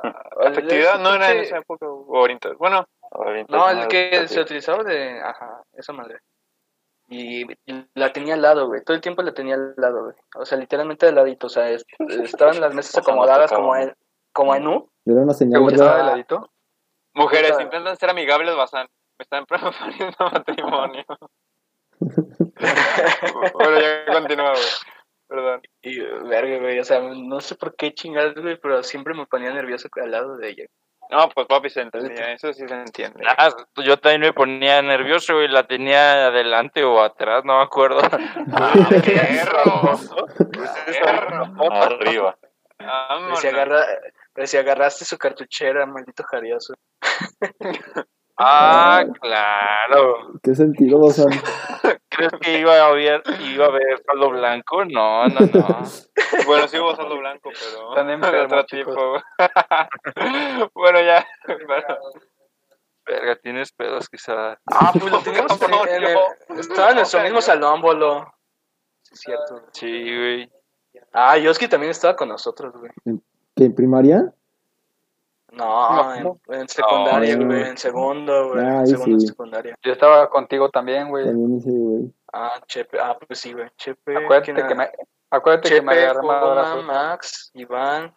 Speaker 6: Ah, OE.
Speaker 1: La afectividad no era en
Speaker 6: Sí.
Speaker 1: esa época, güey, o ahorita. Bueno,
Speaker 2: Ahorita
Speaker 6: No,
Speaker 2: es
Speaker 6: el
Speaker 2: más
Speaker 6: que
Speaker 2: fácil.
Speaker 6: se utilizaba de. Ajá, esa madre. Y la tenía al lado, güey. Todo el tiempo la tenía al lado, güey. O sea, literalmente al ladito. O
Speaker 2: [laughs]
Speaker 6: sea, es- estaban las mesas
Speaker 2: O sea, no
Speaker 6: acomodadas
Speaker 2: tocaba,
Speaker 6: como
Speaker 2: ¿no?
Speaker 6: en, como en U.
Speaker 5: era una
Speaker 6: que
Speaker 5: señal
Speaker 6: estaba de
Speaker 5: de
Speaker 6: ladito.
Speaker 1: mujeres,
Speaker 6: Puta.
Speaker 1: intentan ser amigables, Bazán. Me están [laughs] proponiendo
Speaker 6: [laughs]
Speaker 1: matrimonio. bueno, ya continúa, güey. Perdón.
Speaker 6: Y, verga, güey. O sea, no sé por qué chingados, güey, pero siempre me ponía nervioso al lado de ella.
Speaker 1: No, pues papi se entendía, eso sí se
Speaker 6: [laughs]
Speaker 1: entiende.
Speaker 4: Ah, yo también me ponía nervioso y la tenía adelante o atrás, no me acuerdo.
Speaker 1: ¡Perro! ¡Perro!
Speaker 2: Arriba.
Speaker 6: Pero
Speaker 1: Vámonos.
Speaker 6: si, agarra, pero si agarraste su cartuchera, maldito jarioso.
Speaker 4: Ah, claro.
Speaker 5: [laughs] ¿Qué sentido, Bazán?
Speaker 4: ¿Crees que iba a haber, iba a haber saldo blanco? No, no,
Speaker 5: [laughs]
Speaker 4: no.
Speaker 1: Bueno, sí hubo saldo blanco, pero [laughs]
Speaker 3: Están
Speaker 1: de
Speaker 3: enfermos,
Speaker 1: otro
Speaker 3: chicos.
Speaker 1: tipo. [laughs] bueno, ya. Bueno, [laughs]
Speaker 4: Verga, tienes pedos quizá.
Speaker 6: Ah, pues lo [laughs] teníamos en,
Speaker 1: cabrón,
Speaker 6: en el-
Speaker 1: no.
Speaker 6: Estaba en nuestro mismo salón, bolo. Sí, es cierto.
Speaker 4: Sí, güey.
Speaker 6: Ah, Yoski también estaba con nosotros, güey.
Speaker 5: ¿Que en primaria?
Speaker 6: No, en, en secundaria,
Speaker 5: No.
Speaker 6: güey, en segundo, güey,
Speaker 5: Ah,
Speaker 6: en
Speaker 5: ahí
Speaker 6: segundo
Speaker 5: sí.
Speaker 6: de secundaria.
Speaker 3: Yo estaba contigo también, güey.
Speaker 5: También ese, güey.
Speaker 6: Ah, Chepe, ah, pues sí, güey, Chepe.
Speaker 3: Acuérdate que me, acuérdate que me
Speaker 6: Chepe,
Speaker 3: agarré
Speaker 6: Joma,
Speaker 3: madrazos.
Speaker 6: Max, Iván,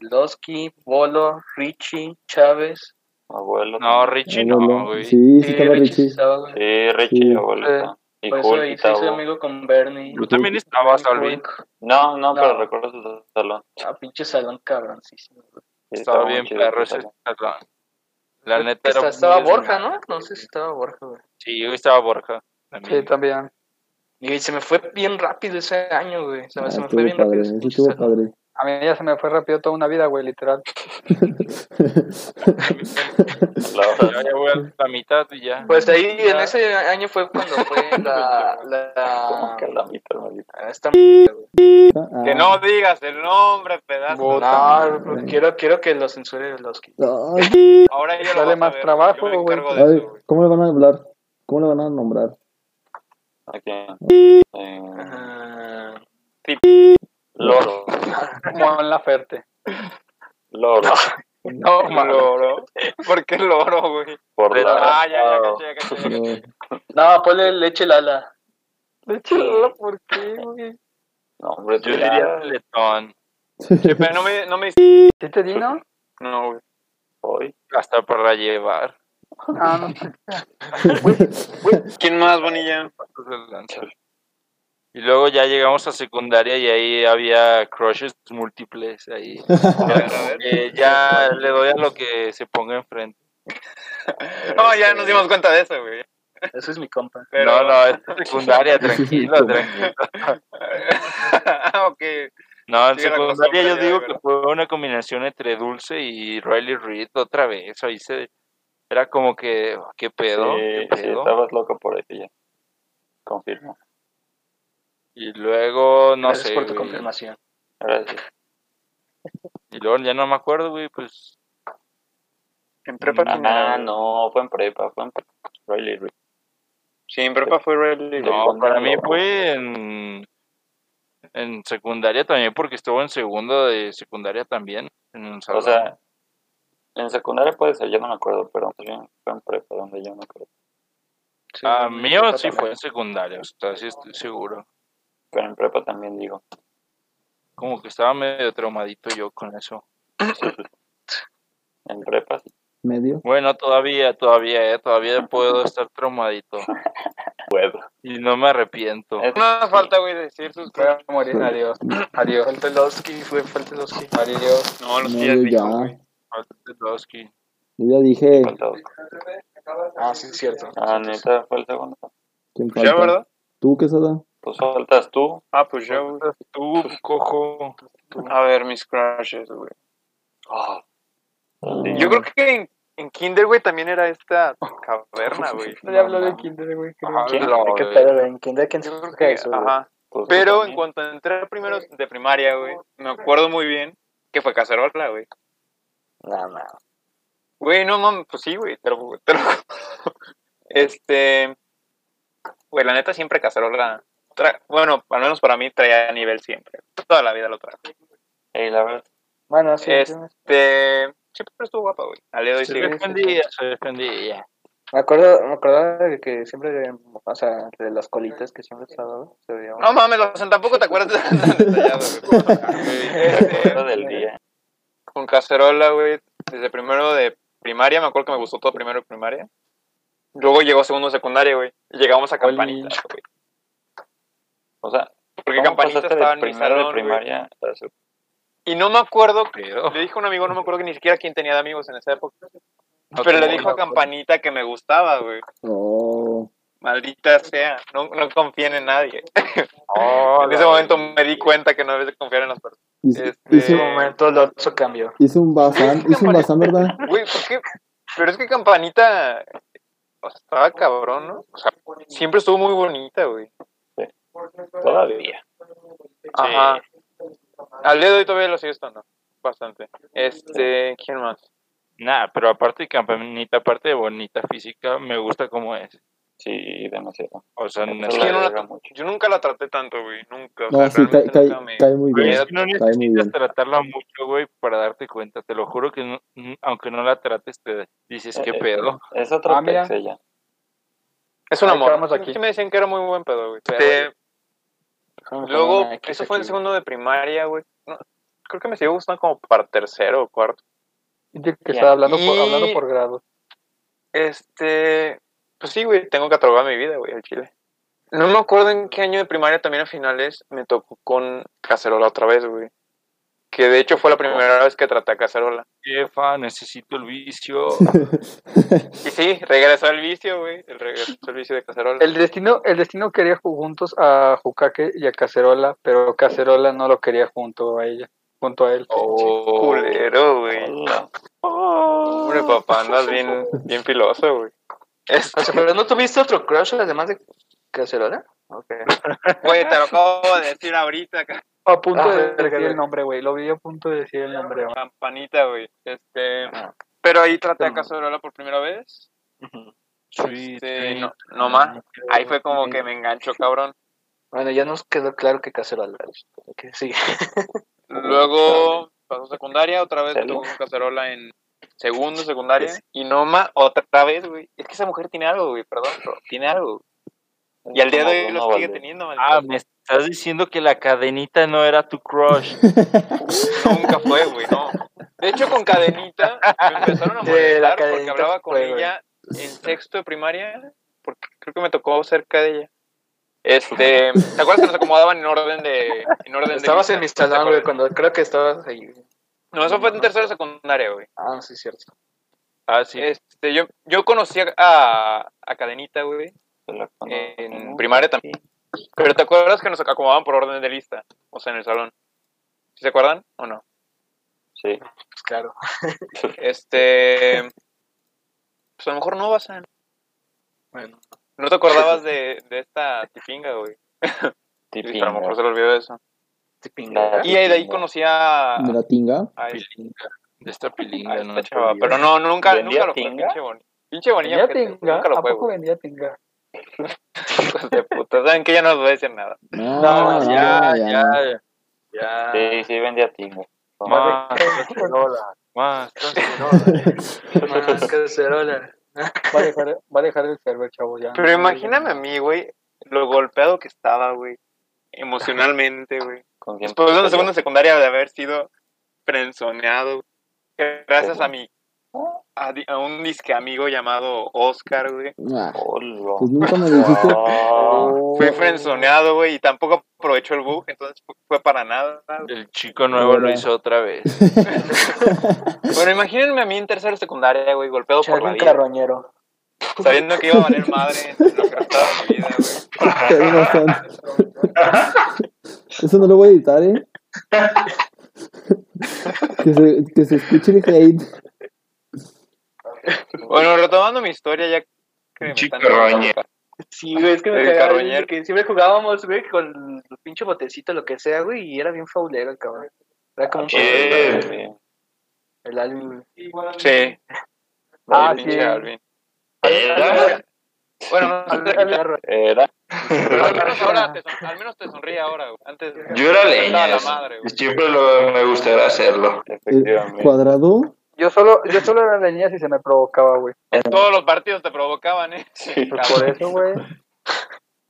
Speaker 6: Losky, Bolo, Richie, Chávez.
Speaker 2: Abuelo.
Speaker 4: No,
Speaker 2: también.
Speaker 4: Richie
Speaker 5: Abuelo.
Speaker 4: no, güey.
Speaker 5: Sí, sí estaba
Speaker 6: sí
Speaker 5: Richie.
Speaker 6: estaba, güey.
Speaker 2: Sí, Richie,
Speaker 5: Sí.
Speaker 2: abuelo.
Speaker 6: Eh,
Speaker 2: está. Y
Speaker 6: Por eso
Speaker 2: Hulk
Speaker 6: ahí
Speaker 2: y
Speaker 6: se hizo
Speaker 2: Tabo.
Speaker 6: amigo con Bernie.
Speaker 4: Tú también estabas, Alvin.
Speaker 6: Hulk.
Speaker 2: No, no,
Speaker 6: No.
Speaker 2: pero recuerdo su salón.
Speaker 6: Ah, pinche salón cabroncísimo. güey.
Speaker 2: Sí,
Speaker 4: Estaba
Speaker 2: muy
Speaker 4: bien
Speaker 2: chido su
Speaker 4: perro ese
Speaker 2: salón.
Speaker 4: salón. La neta era
Speaker 6: Está- estaba
Speaker 4: muy
Speaker 6: Borja, ¿no? No sé si estaba Borja, güey.
Speaker 4: Sí, güey, estaba Borja. también.
Speaker 3: Sí, también.
Speaker 6: Y se me fue bien rápido ese año, güey. Se me,
Speaker 5: Ah,
Speaker 6: se me
Speaker 5: estuvo
Speaker 6: fue bien rápido
Speaker 5: padre,
Speaker 6: ese
Speaker 5: ese
Speaker 6: pinche
Speaker 5: Ah, estuvo
Speaker 6: salón.
Speaker 5: padre.
Speaker 3: A mí ya se me fue rápido toda una vida, güey, literal.
Speaker 2: La
Speaker 4: Ya, [laughs]
Speaker 2: verdad,
Speaker 4: ya voy a la mitad y ya.
Speaker 6: Pues ahí en ese año fue cuando fue la.
Speaker 2: como que
Speaker 6: [laughs] la
Speaker 2: la mitad, maldita.
Speaker 6: esta
Speaker 5: Ah,
Speaker 1: Que
Speaker 5: [laughs]
Speaker 1: no digas el nombre, pedazo.
Speaker 6: no, pero pues, quiero, quiero que lo censure los que.
Speaker 5: Ah, ay,
Speaker 1: Ahora yo lo
Speaker 3: Dale
Speaker 1: vas a
Speaker 3: más
Speaker 1: ver,
Speaker 3: trabajo,
Speaker 1: yo me
Speaker 3: güey.
Speaker 1: encargo de
Speaker 5: ay,
Speaker 1: eso, güey.
Speaker 5: ¿Cómo le van a hablar? ¿Cómo le van a nombrar?
Speaker 2: ¿A quién?
Speaker 6: [laughs]
Speaker 2: Eh,
Speaker 6: Ah,
Speaker 2: loro.
Speaker 3: Como en la ferte.
Speaker 2: Loro.
Speaker 1: No, loro. ¿Por qué loro, güey?
Speaker 2: Por la.
Speaker 1: Ah, ya, ya, caché, ya, caché, ya,
Speaker 5: [laughs]
Speaker 1: caché.
Speaker 5: No.
Speaker 6: No, ponle leche Lala.
Speaker 3: ¿Por qué, güey?
Speaker 2: No, hombre,
Speaker 4: Yo
Speaker 2: tú ya-
Speaker 4: diría letón.
Speaker 1: Sí, pero no me, no me
Speaker 3: ¿Sí te di, no?
Speaker 1: No, güey.
Speaker 2: Hoy.
Speaker 4: Hasta para llevar.
Speaker 3: Ah, no.
Speaker 1: ¿Quién más, Bonilla?
Speaker 4: Pues, el lanza. Y luego ya llegamos a secundaria y ahí había crushes
Speaker 6: [laughs]
Speaker 4: múltiples. Ahí.
Speaker 1: A ver, a ver.
Speaker 4: Eh, ya le doy a lo que se ponga enfrente.
Speaker 1: No, ya nos dimos cuenta de eso, güey. [laughs]
Speaker 6: Eso es mi compa.
Speaker 1: Pero...
Speaker 4: No, no, es secundaria, tranquilo, tranquilo.
Speaker 1: Ah, ok.
Speaker 4: No, en
Speaker 1: Sí, era
Speaker 4: secundaria yo
Speaker 1: costumbre,
Speaker 4: digo
Speaker 1: ya,
Speaker 4: que
Speaker 1: ¿verdad?
Speaker 4: fue una combinación entre Dulce y Riley Reid otra vez. Ahí se. Era como que. "Ah, ¿Qué pedo?
Speaker 2: Sí,
Speaker 4: ¿Qué
Speaker 2: sí,
Speaker 4: pedo?
Speaker 2: estabas loco por eso ya. Confirmo.
Speaker 4: Y luego, no
Speaker 6: Gracias
Speaker 4: sé.
Speaker 6: por tu
Speaker 4: güey.
Speaker 6: confirmación.
Speaker 2: Gracias.
Speaker 4: Y luego ya no me acuerdo, güey, pues.
Speaker 1: En prepa, ¿quién
Speaker 2: Ah,
Speaker 1: era?
Speaker 2: no, fue en prepa, fue en prepa. Riley Reid.
Speaker 1: Sí, en prepa fue Riley.
Speaker 4: No,
Speaker 2: Igual
Speaker 4: para
Speaker 2: no.
Speaker 4: mí fue en. En secundaria también, porque estuvo en segundo de secundaria también. En un
Speaker 2: O
Speaker 4: salón.
Speaker 2: sea, en secundaria puede ser, yo no me acuerdo, pero fue en prepa donde yo me acuerdo.
Speaker 6: Sí,
Speaker 4: Ah,
Speaker 6: mi
Speaker 4: mío
Speaker 6: compa
Speaker 4: sí
Speaker 6: también.
Speaker 4: fue en secundaria, o sea, sí estoy seguro.
Speaker 2: Pero en prepa también digo.
Speaker 4: Como que estaba medio traumadito yo con eso.
Speaker 2: En prepa sí.
Speaker 5: Medio.
Speaker 4: Bueno, todavía, todavía, eh, todavía puedo estar traumadito.
Speaker 2: Puedo.
Speaker 4: Y no me arrepiento.
Speaker 2: Es-
Speaker 1: No hace falta, güey, decir sus
Speaker 3: Voy
Speaker 1: cosas.
Speaker 3: a morir.
Speaker 6: [clears throat]
Speaker 3: Adiós. Adiós.
Speaker 6: Fue el Telosky, fue, fue el Telosky.
Speaker 3: Adiós.
Speaker 1: No, los que ya
Speaker 5: Medio
Speaker 1: dijo, güey.
Speaker 5: ya.
Speaker 4: Falta el Trotsky.
Speaker 5: Yo ya dije
Speaker 2: Falta otro.
Speaker 6: Ah, sí, es cierto.
Speaker 2: Ah, neta, fue el segundo.
Speaker 5: quién
Speaker 1: Pues ya,
Speaker 5: falta.
Speaker 1: ¿verdad?
Speaker 5: ¿Tú, Quesada?
Speaker 2: Pues faltas tú.
Speaker 1: Ah, pues ya, güey.
Speaker 4: Tú, cojo.
Speaker 1: A ver, mis crushes, güey.
Speaker 2: Ah.
Speaker 1: Yo creo que en, en Kinder, güey, también era esta caverna, [laughs] güey.
Speaker 3: Ya habló de Kinder, güey. creo.
Speaker 2: ¿Quién?
Speaker 4: Habla,
Speaker 6: ¿Qué
Speaker 4: Ah, güey.
Speaker 6: pedo, güey? ¿En kinder quién se
Speaker 1: Yo creo
Speaker 6: fue
Speaker 1: que,
Speaker 6: eso, güey?
Speaker 1: ajá.
Speaker 2: Pues tú
Speaker 1: Pero en
Speaker 2: también.
Speaker 1: cuanto entré primero de primaria, güey, me acuerdo muy bien que fue cacerola, güey.
Speaker 2: No, no.
Speaker 1: Güey, no mames, pues sí, güey, te lo, [laughs] te lo- Este. Güey, la neta siempre cacerola. tra- Bueno, al menos para mí traía nivel siempre. Toda la vida lo trajo.
Speaker 2: Ey, la verdad.
Speaker 6: Bueno, sí.
Speaker 1: Es-
Speaker 6: sí, me-
Speaker 1: Este. Siempre estuvo guapa, güey. Al día de hoy
Speaker 4: Se
Speaker 1: sigue.
Speaker 4: defendía, se defendía.
Speaker 6: Me acuerdo, me acordaba de que siempre, o sea, de las colitas que siempre estaba, se veía.
Speaker 1: No mames, o sea, tampoco te acuerdas de tan detallado, güey. Este,
Speaker 2: Hora del día.
Speaker 1: con cacerola, güey, desde primero de primaria, me acuerdo que me gustó todo primero de primaria. Luego llegó segundo de secundaria, güey. y Llegamos a campanita, güey.
Speaker 2: O sea,
Speaker 1: Porque
Speaker 2: ¿cómo
Speaker 1: campanita
Speaker 2: pasaste
Speaker 1: estaba
Speaker 2: de
Speaker 1: en mi
Speaker 2: primero de
Speaker 1: salón, güey.
Speaker 2: primaria Oh. a su-
Speaker 1: Y no me acuerdo,
Speaker 4: Pero,
Speaker 1: le dijo a un amigo, no me acuerdo que ni siquiera quién tenía de amigos en esa época.
Speaker 4: Ok,
Speaker 1: Pero le dijo
Speaker 4: no
Speaker 1: a
Speaker 2: pues.
Speaker 4: me acuerdo.
Speaker 1: Campanita que me gustaba, güey.
Speaker 5: Oh,
Speaker 1: Maldita sea, no, no confíen en nadie. [laughs]
Speaker 4: oh,
Speaker 1: en ese momento me di cuenta que no debes de confiar en las personas.
Speaker 5: hizo,
Speaker 1: Este-
Speaker 5: hizo,
Speaker 6: En ese momento el otro cambió.
Speaker 5: hizo un bazán, hizo un bazán, ¿verdad?
Speaker 1: Güey, ¿por qué? Pero es que Campanita o sea, estaba cabrón, ¿no? O sea, siempre estuvo muy bonita, güey.
Speaker 2: Todavía.
Speaker 1: Ajá. Al día de hoy todavía lo sigue estando. Bastante. Este, ¿quién más?
Speaker 4: Nah, pero aparte de campanita, aparte de bonita física, me gusta cómo es.
Speaker 2: Sí, demasiado.
Speaker 4: O sea, no
Speaker 1: que
Speaker 2: Eso la
Speaker 1: yo no la-
Speaker 2: agrega mucho.
Speaker 1: Yo nunca la traté tanto, güey. Nunca. O sea,
Speaker 5: No, sí, cae,
Speaker 1: realmente nunca
Speaker 5: cae,
Speaker 1: me-
Speaker 5: cae muy
Speaker 4: Güey,
Speaker 5: bien.
Speaker 4: es que no
Speaker 5: Cae muy
Speaker 4: necesitas
Speaker 5: bien.
Speaker 4: tratarla mucho, güey, para darte cuenta. Te lo juro que no- n- aunque no la trates, te dices,
Speaker 2: Eh,
Speaker 4: ¿qué
Speaker 2: eh,
Speaker 4: pedo?
Speaker 2: Es otra
Speaker 3: Ah, mira.
Speaker 2: pez ella.
Speaker 1: Es un
Speaker 3: Ahí
Speaker 1: amor.
Speaker 3: acabamos aquí.
Speaker 1: Sí me decían que era muy buen pedo, güey. Este, luego,
Speaker 6: Una X
Speaker 1: eso fue en
Speaker 6: aquí.
Speaker 1: segundo de primaria, güey. No, creo que me siguió gustando como para tercero o cuarto.
Speaker 3: Dice que
Speaker 2: Ya.
Speaker 3: estaba hablando por,
Speaker 1: Y-
Speaker 3: hablando por grados.
Speaker 1: Este, pues sí, güey, tengo que catalogar mi vida, güey, al chile. No me acuerdo en qué año de primaria, también a finales, me tocó con Cacerola otra vez, güey. Que de hecho fue la primera vez que traté a Cacerola.
Speaker 4: Jefa, necesito el [laughs] vicio.
Speaker 1: Y sí, regresó al vicio, güey. el Regresó al vicio de Cacerola.
Speaker 3: El destino, el destino quería ju- juntos a Jucaque y a Cacerola, pero Cacerola no lo quería junto a ella. junto a él.
Speaker 1: Oh, culero, güey.
Speaker 2: Hola.
Speaker 1: Hombre, papá, andas bien, bien filoso, güey.
Speaker 6: O sea, pero no tuviste otro crush además de Cacerola? Ok.
Speaker 1: Güey, te lo acabo de decir ahorita, ca-
Speaker 3: A punto
Speaker 6: Ah,
Speaker 3: de
Speaker 6: verga,
Speaker 3: decir el
Speaker 6: güey.
Speaker 3: nombre, güey. Lo vi a punto de decir el nombre. güey.
Speaker 1: campanita, güey. Este, pero ahí traté a Cazuela por primera vez.
Speaker 4: Sí,
Speaker 1: Este, no, no más. Ahí fue como que me enganchó, cabrón.
Speaker 6: Bueno, ya nos quedó claro que Cacerola. Ok, sí.
Speaker 1: Luego pasó secundaria, otra vez
Speaker 2: Salud.
Speaker 1: tuvo con cacerola en segundo, secundaria. Y no más, otra vez, güey. Es que esa mujer tiene algo, güey, perdón, pero tiene algo. Y al día de hoy lo
Speaker 2: No,
Speaker 1: sigue
Speaker 2: vale.
Speaker 1: teniendo,
Speaker 4: Ah,
Speaker 1: maldito.
Speaker 4: me estás diciendo que la cadenita no era tu crush.
Speaker 1: [laughs] Nunca fue, güey, no. De hecho, con cadenita me empezaron a
Speaker 6: [laughs] Sí, la
Speaker 1: molestar porque
Speaker 6: Cadenita
Speaker 1: hablaba con
Speaker 6: fue, güey.
Speaker 1: ella en sexto de primaria, porque creo que me tocó cerca de ella.
Speaker 6: [laughs]
Speaker 1: Este, ¿te acuerdas que nos acomodaban en orden de en orden de
Speaker 6: Estabas
Speaker 1: lista?
Speaker 6: en mi
Speaker 1: ¿Te
Speaker 6: salón, güey,
Speaker 1: acuerdas?
Speaker 6: cuando creo que estabas ahí.
Speaker 1: No, eso fue en tercero de secundaria, güey.
Speaker 6: Ah, sí, cierto.
Speaker 4: Ah, sí.
Speaker 1: Este, yo yo conocí a, a, a Cadenita, güey,
Speaker 2: Se la Pues conozco.
Speaker 1: en primaria también. Pero ¿te acuerdas que nos acomodaban por orden de lista? O sea, en el salón. ¿Sí ¿Se acuerdan o no?
Speaker 2: Sí.
Speaker 6: Pues claro.
Speaker 1: Este. Pues a lo mejor no vas a.
Speaker 6: Bueno.
Speaker 1: No te
Speaker 3: [laughs]
Speaker 1: acordabas de, de esta tipinga, güey. Sí, a lo mejor se le olvidó eso.
Speaker 6: Tipinga.
Speaker 1: Y ahí de ahí conocí a.
Speaker 5: ¿De la tinga?
Speaker 1: a esta
Speaker 4: De esta
Speaker 1: a
Speaker 4: pilinga,
Speaker 1: esta
Speaker 4: ¿no?
Speaker 1: chava. Pero no, nunca,
Speaker 2: ¿Vendía
Speaker 1: nunca lo fue.
Speaker 2: tinga?
Speaker 1: Pinche bonita. Pinche bonita.
Speaker 3: ¿Vendía
Speaker 1: ojete,
Speaker 3: tinga?
Speaker 1: Nunca
Speaker 3: ¿A
Speaker 1: lo fue,
Speaker 3: poco
Speaker 1: güey.
Speaker 3: vendía tinga?
Speaker 1: Hijos de puta. Saben que ya no les voy a decir nada.
Speaker 3: Ah,
Speaker 5: No,
Speaker 4: No,
Speaker 5: no,
Speaker 4: ya,
Speaker 5: ya
Speaker 4: ya,
Speaker 5: no.
Speaker 4: ya.
Speaker 2: Sí, sí, vendía tingo.
Speaker 1: Ah,
Speaker 4: Más, más,
Speaker 6: Más Cacerola.
Speaker 3: Va a dejar, va a dejar el server, chavo, ya.
Speaker 1: Pero imagíname a mí, güey, lo golpeado que estaba, güey. Emocionalmente,
Speaker 3: [laughs]
Speaker 1: güey.
Speaker 2: ¿Con quién?
Speaker 1: Después de una segunda secundaria de haber sido prenzoneado, güey. gracias a mi. A, di- a un disque amigo llamado Oscar, güey.
Speaker 5: [laughs] Ah,
Speaker 2: Hola.
Speaker 5: Pues nunca me dijiste.
Speaker 2: Ah,
Speaker 1: Fui
Speaker 8: Oh.
Speaker 1: frenzoneado, güey, y tampoco aprovechó el bug, entonces fu- fue para nada.
Speaker 4: El chico nuevo lo
Speaker 5: [laughs]
Speaker 4: hizo otra vez.
Speaker 1: Bueno, imagínense a mí en tercero de secundaria, güey, golpeado por
Speaker 6: Chavo
Speaker 1: la
Speaker 6: un
Speaker 1: vida,
Speaker 6: carroñero.
Speaker 1: sabiendo que iba a valer madre en lo que restaba de mi vida,
Speaker 8: [laughs]
Speaker 1: güey.
Speaker 5: Tienes razón. [laughs] Eso no lo voy a editar, ¿eh? [laughs] Que se, que se escuche el hate.
Speaker 1: Bueno, retomando mi historia, ya que me
Speaker 4: Chico
Speaker 1: están dando
Speaker 4: roñero.
Speaker 1: boca.
Speaker 6: Sí, güey, es que me
Speaker 1: El
Speaker 6: cagaba.
Speaker 1: carroñero.
Speaker 6: desde Que siempre jugábamos, güey, con los pinche botecitos, lo que sea, güey, y era bien faulero el cabrón. Era como un
Speaker 1: Eh.
Speaker 6: Pues,
Speaker 2: bien.
Speaker 6: El álbum.
Speaker 1: Sí,
Speaker 3: Ah,
Speaker 1: pinche
Speaker 3: sí.
Speaker 1: Alvin.
Speaker 2: Era.
Speaker 1: Bueno, no,
Speaker 6: Al- al-
Speaker 2: Era.
Speaker 1: al menos ahora te son- al menos te sonríe ahora, güey. Antes
Speaker 8: Yo era
Speaker 1: te daba la
Speaker 8: leñas.
Speaker 1: madre, güey.
Speaker 8: Siempre lo, me gustará hacerlo.
Speaker 5: El
Speaker 2: Efectivamente.
Speaker 5: cuadrado.
Speaker 3: Yo solo, yo solo era leña si se me provocaba, güey.
Speaker 1: Todos los partidos te provocaban, eh. Cabrón.
Speaker 3: Por eso, güey.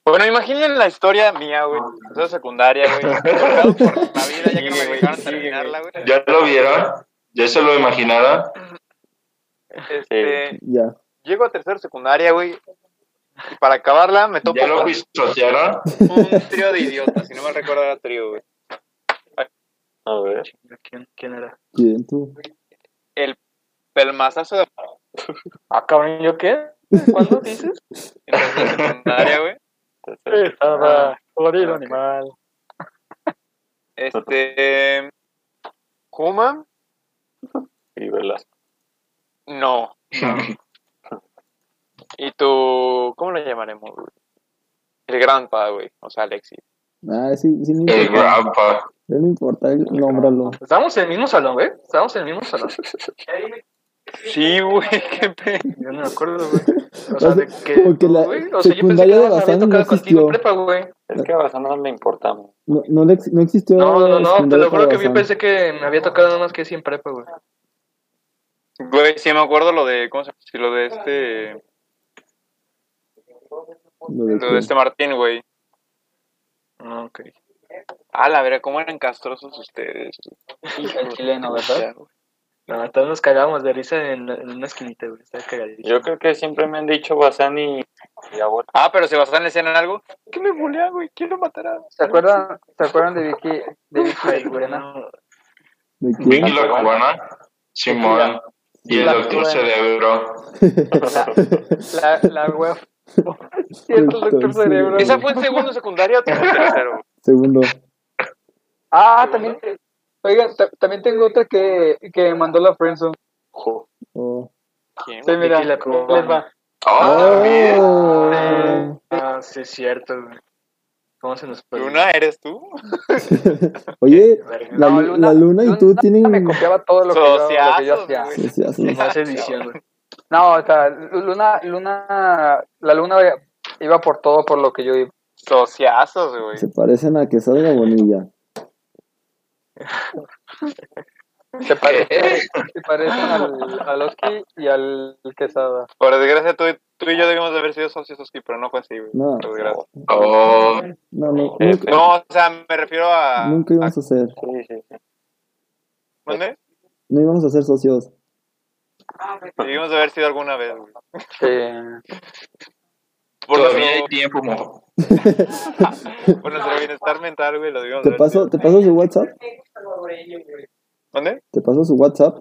Speaker 1: Bueno, imaginen la historia mía, güey.
Speaker 8: Ah.
Speaker 1: Eso es secundaria,
Speaker 8: [laughs]
Speaker 1: güey. Golpeado por la vida, ya que no me dejaron terminarla, güey.
Speaker 8: ¿Ya lo vieron? ¿Ya se lo imaginaron?
Speaker 1: Este,
Speaker 5: Ya.
Speaker 1: llego a tercero de secundaria, güey. Y para acabarla me topo
Speaker 8: ¿Ya lo
Speaker 1: con
Speaker 8: pisotearon?
Speaker 1: un trío de idiotas, si no me recuerdo era trío, güey.
Speaker 2: A ver.
Speaker 6: ¿Quién, ¿Quién era?
Speaker 5: ¿Quién tú?
Speaker 1: El pelmazazo de
Speaker 6: [laughs] Ah, cabrón, ¿yo qué? ¿Cuándo dices?
Speaker 1: en tercero de secundaria, güey.
Speaker 2: ah,
Speaker 6: Estaba
Speaker 2: florido
Speaker 6: animal.
Speaker 1: Este. Kuma,
Speaker 2: Y Velasco.
Speaker 5: [laughs]
Speaker 1: no. Y tu. ¿Cómo lo llamaremos, güey? El Grandpa, güey. O sea, Alexis.
Speaker 5: Ah, sí, sí, me
Speaker 8: El
Speaker 5: importa.
Speaker 8: grandpa.
Speaker 5: Ya No importa, él- nómbralo.
Speaker 6: Estábamos en el mismo salón, güey. Estábamos en el mismo salón.
Speaker 1: Sí, güey, qué pedo.
Speaker 6: Yo no me acuerdo, güey.
Speaker 5: [laughs]
Speaker 6: O
Speaker 5: O
Speaker 6: sea,
Speaker 5: sea,
Speaker 6: de que. pues,
Speaker 5: como que la
Speaker 6: güey, o sea, yo pensé
Speaker 5: secundaria
Speaker 6: que
Speaker 5: de
Speaker 6: nada más había
Speaker 5: Bazán no
Speaker 6: tocado contigo
Speaker 5: existió.
Speaker 6: en prepa, güey.
Speaker 2: Es que a Bazán no le importamos.
Speaker 5: No, no, le ex- no existió.
Speaker 6: No, no, no, te
Speaker 5: secundaria
Speaker 6: lo juro que
Speaker 5: para
Speaker 6: yo
Speaker 5: Bazán.
Speaker 6: pensé que me había tocado nada más que sí en prepa, güey.
Speaker 1: Güey, sí me acuerdo lo de. ¿Cómo se llama? Sí, lo de este.
Speaker 5: Lo de
Speaker 1: Lo de
Speaker 5: que-
Speaker 1: este Martín, güey.
Speaker 6: Ah, ok.
Speaker 1: A la vera, cómo eran castrosos ustedes. Ah,
Speaker 3: El chileno, ¿verdad?
Speaker 6: No, todos nos cagábamos de risa en, en una esquinita, güey. Estaba cagadito.
Speaker 2: Yo creo que siempre me han dicho Bazán y, y abuelo.
Speaker 1: Ah, pero Sebastián le decían algo. ¿Qué me bulea, güey? ¿Quién lo matará?
Speaker 3: ¿Se acuerdan, ¿se acuerdan de Vicky, de Vicky la
Speaker 6: Ay, güey,
Speaker 3: cubana?
Speaker 6: no.
Speaker 5: de que-
Speaker 8: Vicky la cubana. Simón. Y el doctor cerebro.
Speaker 6: este
Speaker 5: [laughs]
Speaker 3: La, la wea. Sí, el doctor
Speaker 5: este, Entonces,
Speaker 3: cerebro.
Speaker 5: [laughs]
Speaker 1: ¿Esa fue en segundo secundario o tercero?
Speaker 5: Segundo.
Speaker 3: Ah, también. Oigan, ta- también tengo otra que, que mandó la Friendzone.
Speaker 2: Jo.
Speaker 5: Oh.
Speaker 1: ¿Quién?
Speaker 3: Sí, mira,
Speaker 6: Vicky la
Speaker 3: les
Speaker 6: Cubana.
Speaker 3: va.
Speaker 8: también.
Speaker 5: Oh.
Speaker 6: Ah, sí, es cierto, güey. ¿Cómo se nos puede?
Speaker 1: ¿Luna eres tú?
Speaker 5: [laughs] Oye, la,
Speaker 3: No,
Speaker 5: lu- la luna y tú tienen...
Speaker 3: me copiaba todo lo que, yo, lo que yo
Speaker 1: Sociazos,
Speaker 3: hacía.
Speaker 1: güey.
Speaker 5: Sí, sí, así es.
Speaker 6: Más edición, güey.
Speaker 3: No, o sea, Lu- Luna, Luna, la Luna iba por todo por lo que yo iba.
Speaker 1: Sociazos, güey.
Speaker 5: Se parecen a que salga Bonilla.
Speaker 1: [laughs]
Speaker 3: Se parece, se parecen al, al Oski y al Quesada.
Speaker 1: Por desgracia, tú, tú y yo debíamos de haber sido socios, Oski, pero no fue así, güey.
Speaker 5: No.
Speaker 1: Por desgracia.
Speaker 8: Oh,
Speaker 5: No, no,
Speaker 2: Eh,
Speaker 5: nunca,
Speaker 1: No, o sea, me refiero a...
Speaker 5: nunca íbamos a ser.
Speaker 2: Sí, sí, [laughs] sí.
Speaker 1: ¿Dónde?
Speaker 5: No íbamos a ser socios.
Speaker 1: Debimos de haber sido alguna vez, güey. Por
Speaker 8: todavía
Speaker 1: nuestro,
Speaker 8: hay tiempo, mo.
Speaker 1: [laughs] por nuestro bienestar mental, güey, lo debimos de
Speaker 5: ¿Te
Speaker 1: haber
Speaker 5: paso,
Speaker 1: sido.
Speaker 5: ¿Te paso su WhatsApp?
Speaker 1: ¿Dónde?
Speaker 5: ¿Te paso su WhatsApp?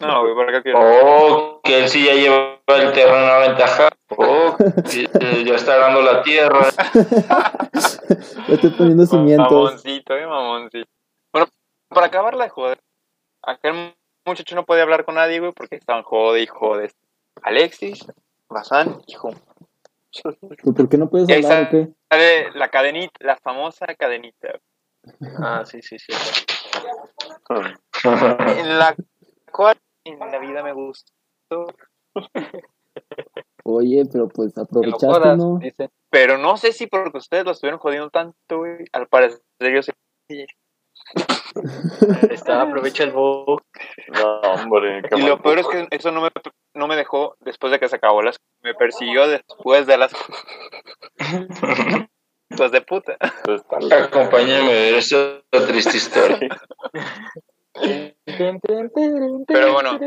Speaker 1: No, güey, por acá quiero.
Speaker 8: Oh, que él sí ya lleva el terreno a ventaja. Oh, que, eh, ya está dando la tierra.
Speaker 5: Ya estoy poniendo cimientos.
Speaker 1: Mamoncito, eh, mamoncito. Bueno, para acabarla de joder, aquel muchacho no podía hablar con nadie, güey, porque estaban jode y jode. Alexis, Bazán y Jum.
Speaker 5: ¿Pero ¿Por qué no puedes
Speaker 1: Y ahí
Speaker 5: hablar o qué?
Speaker 1: Sale la cadenita, la famosa cadenita.
Speaker 6: Ah, sí, sí, sí.
Speaker 1: En la cual en la vida me gustó.
Speaker 5: Oye, pero pues aprovechaste,
Speaker 3: Horas,
Speaker 5: ¿no?
Speaker 3: dice.
Speaker 1: Pero no sé si porque ustedes lo estuvieron jodiendo tanto, güey. Al parecer yo sé.
Speaker 6: Está, aprovecha el bug.
Speaker 2: No, hombre, qué
Speaker 1: Y lo
Speaker 2: mal
Speaker 1: peor es
Speaker 2: gusto.
Speaker 1: que eso no me, no me dejó después de que se acabó las... Me persiguió después de las... [laughs] Pues de puta.
Speaker 2: Pues, tal vez.
Speaker 8: Acompáñame a ver esta triste historia.
Speaker 1: Pero bueno,